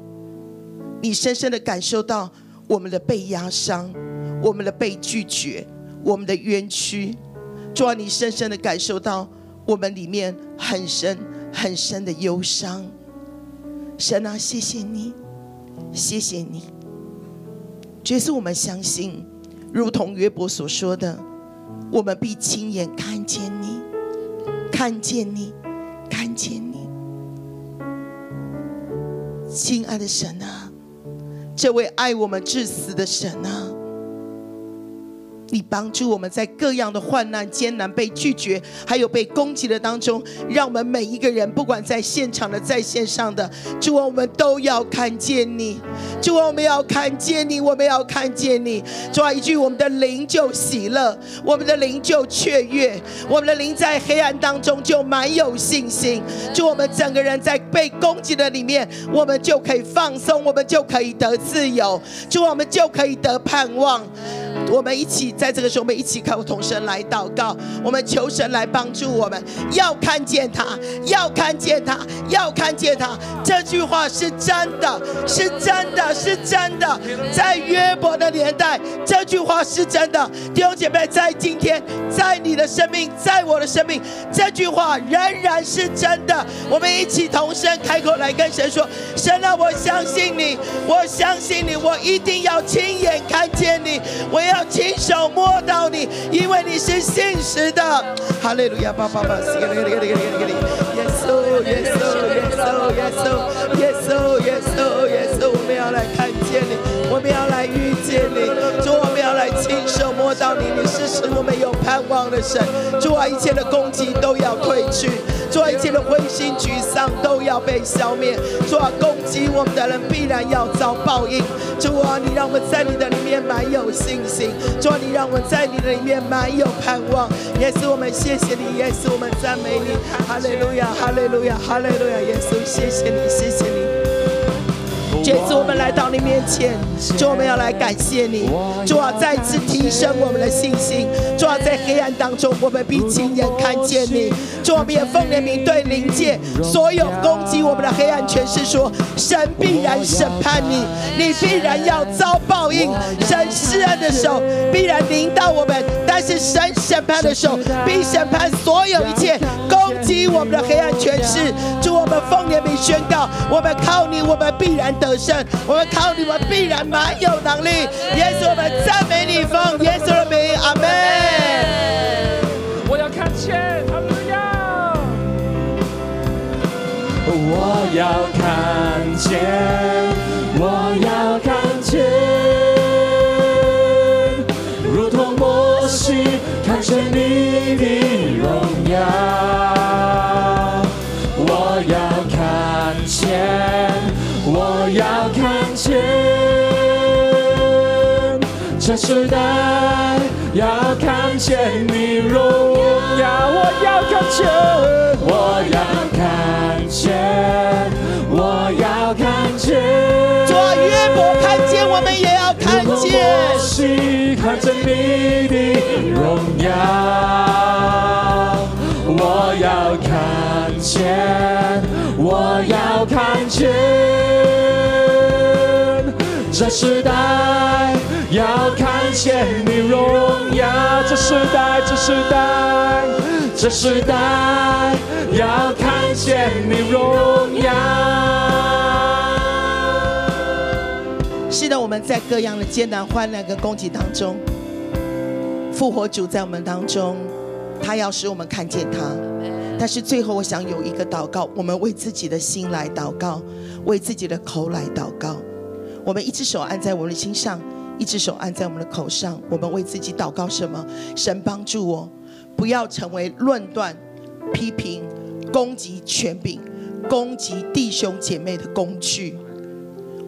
你深深的感受到我们的被压伤，我们的被拒绝，我们的冤屈。主啊，你深深的感受到我们里面很深很深的忧伤。神啊，谢谢你，谢谢你。这是我们相信，如同约伯所说的，我们必亲眼看见你，看见你，看见你。亲爱的神啊，这位爱我们至死的神啊，你帮助我们在各样的患难、艰难、被拒绝，还有被攻击的当中，让我们每一个人，不管在现场的、在线上的，主啊，我们都要看见你。主啊，我们要看见你，我们要看见你。主啊，一句我们的灵就喜乐，我们的灵就雀跃，我们的灵在黑暗当中就满有信心。主，我们整个人在被攻击的里面，我们就可以放松，我们就可以得自由。主，啊我们就可以得盼望。我们一起在这个时候，我们一起靠同声来祷告，我们求神来帮助我们，要看见他，要看见他，要看见他。这句话是真的，是真的，是真的。在约伯的年代，这句话是真的。弟兄姐妹，在今天，在你的生命，在我的生命，这句话仍然是真的。我们一起同声开口来跟神说：“神啊，我相信你，我相信你，我一定要亲眼看见你，我要亲手摸到你，因为你是信实的。”哈利路亚！爸爸爸，耶稣，耶稣，耶稣，耶稣，耶稣，耶稣，耶稣，我们要来看见你，我们要来遇见你，主，我们要来亲手摸到你，你是使我们有盼望的神。主啊，一切的攻击都要退去，主啊，一切的灰心沮丧都要被消灭。主啊，攻击我们的人必然要遭报应。主啊，你让我们在你的里面满有信心，主啊，你让我们在你的里面满有盼望。耶稣，我们谢谢你，耶稣，我们赞美你，哈利路亚，哈利路亚，哈利路亚，耶稣，谢谢你，谢谢你。主耶稣，我们来到你面前，主，我们要来感谢你，主啊，再次提升我们的信心，主啊，在黑暗当中，我们必亲眼看见你，主，啊我们也奉你的名对灵界所有攻击我们的黑暗权势说，神必然审判你，你必然要遭报应，神施恩的手必然临到我们，但是神审判的手必审判所有一切攻击我们的黑暗权势，主，我们奉你的名宣告，我们靠你，我们必然得胜，我们靠你，我们必然满有能力。耶稣，我们赞美你，奉耶稣的名，阿门。我要看见，哈利路亚！我要看见，我要看见，如同摩西看见你的荣耀。我要看见，我要看见，这时代要看见你荣耀。我要看见，我要看见，我要看见。主啊，约伯看见，我们也要看见。是看见你的荣耀，我要看见，我要看见，这时代要看见你荣耀，这时代，这时代，这时代要看见你荣耀。是的，我们在各样的艰难、患难跟攻击当中，复活主在我们当中，他要使我们看见他。但是最后，我想有一个祷告，我们为自己的心来祷告，为自己的口来祷告。我们一只手按在我们的心上，一只手按在我们的口上，我们为自己祷告什么？神帮助我，不要成为论断、批评、攻击权柄、攻击弟兄姐妹的工具。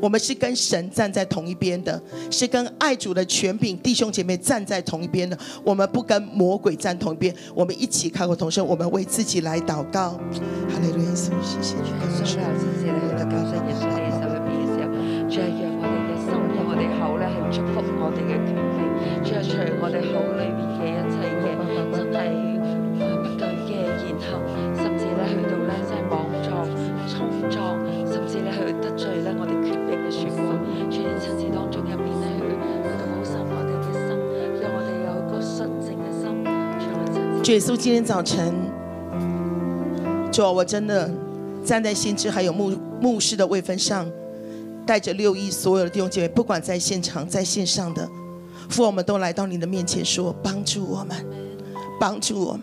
我们是跟神站在同一边的，是跟爱主的权柄弟兄姐妹站在同一边的。我们不跟魔鬼站同一边，我们一起开口同声，我们为自己来祷告。哈利路亚，主谢谢你，感谢主啊，主谢謝你去到救世耶穌你手入邊嘅時候，主啊，讓我哋嘅心、讓我哋口咧係祝福我哋嘅權利，主啊，除我哋口裏邊嘅一切嘅真係啊不對嘅言行，甚至咧去到咧即係莽撞、衝撞，甚至咧去得罪咧我哋權柄嘅説話，主你親自當中入面咧去去到保守我哋嘅心，讓我哋有一個純正嘅心，主我親自。耶稣，今天早晨，主啊，我真的站在先知还有牧牧师的位分上，带着六一所有的弟兄姐妹，不管在现场在线上的，父啊我们都来到你的面前说，帮助我们，帮助我们，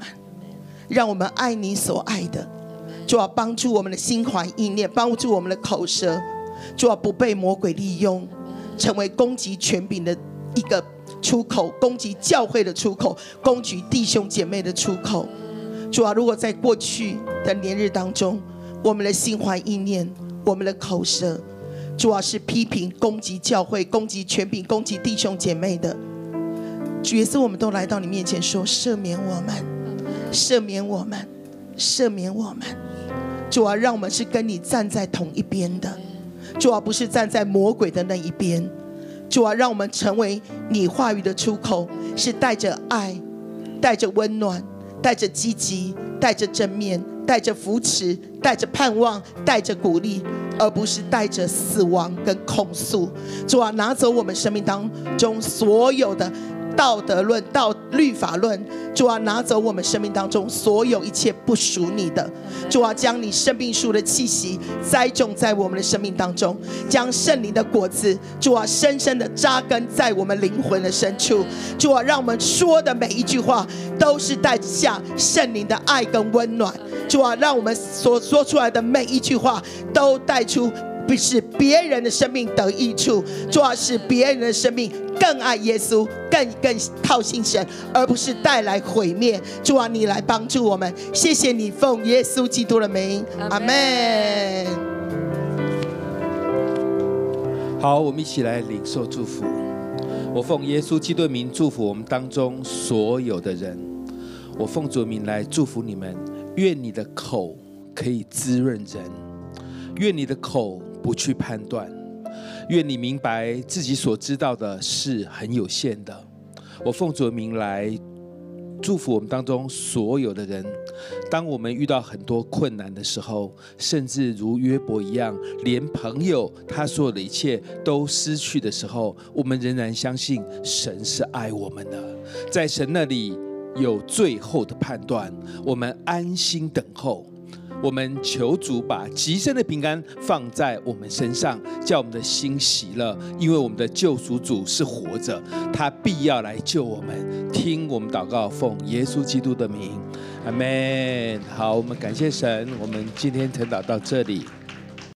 让我们爱你所爱的，主啊，帮助我们的心怀意念，帮助我们的口舌，主啊，不被魔鬼利用，成为攻击权柄的一个出口，攻击教会的出口，攻击弟兄姐妹的出口。主啊，如果在过去的年日当中，我们的心怀意念，我们的口舌，主啊是批评、攻击教会、攻击权柄、攻击弟兄姐妹的，主耶稣，我们都来到你面前说，赦免我们，赦免我们，赦免我们。主啊，让我们是跟你站在同一边的，主啊，不是站在魔鬼的那一边。主啊，让我们成为你话语的出口，是带着爱、带着温暖、带着积极、带着正面、带着扶持、带着盼望、带着鼓励，而不是带着死亡跟控诉。主啊，拿走我们生命当中所有的道德论、道律法论。主啊，拿走我们生命当中所有一切不属你的。主啊，将你生命树的气息栽种在我们的生命当中，将圣灵的果子，主啊，深深的扎根在我们灵魂的深处。主啊，让我们说的每一句话都是带下圣灵的爱跟温暖。主啊，让我们所说出来的每一句话都带出。不使别人的生命得益处，主要是别人的生命更爱耶稣，更更靠近神，而不是带来毁灭。主啊，你来帮助我们，谢谢你，奉耶稣基督的名，阿门。好，我们一起来领受祝福。我奉耶稣基督的名祝福我们当中所有的人。我奉主的名来祝福你们，愿你的口可以滋润人，愿你的口不去判断，愿你明白自己所知道的是很有限的。我奉主的名来祝福我们当中所有的人。当我们遇到很多困难的时候，甚至如约伯一样，连朋友他所有的一切都失去的时候，我们仍然相信神是爱我们的，在神那里有最后的判断，我们安心等候。我们求主把极深的平安放在我们身上，叫我们的心喜乐，因为我们的救赎主是活着，他必要来救我们。听我们祷告，奉耶稣基督的名，阿门。好，我们感谢神，我们今天晨祷到这里。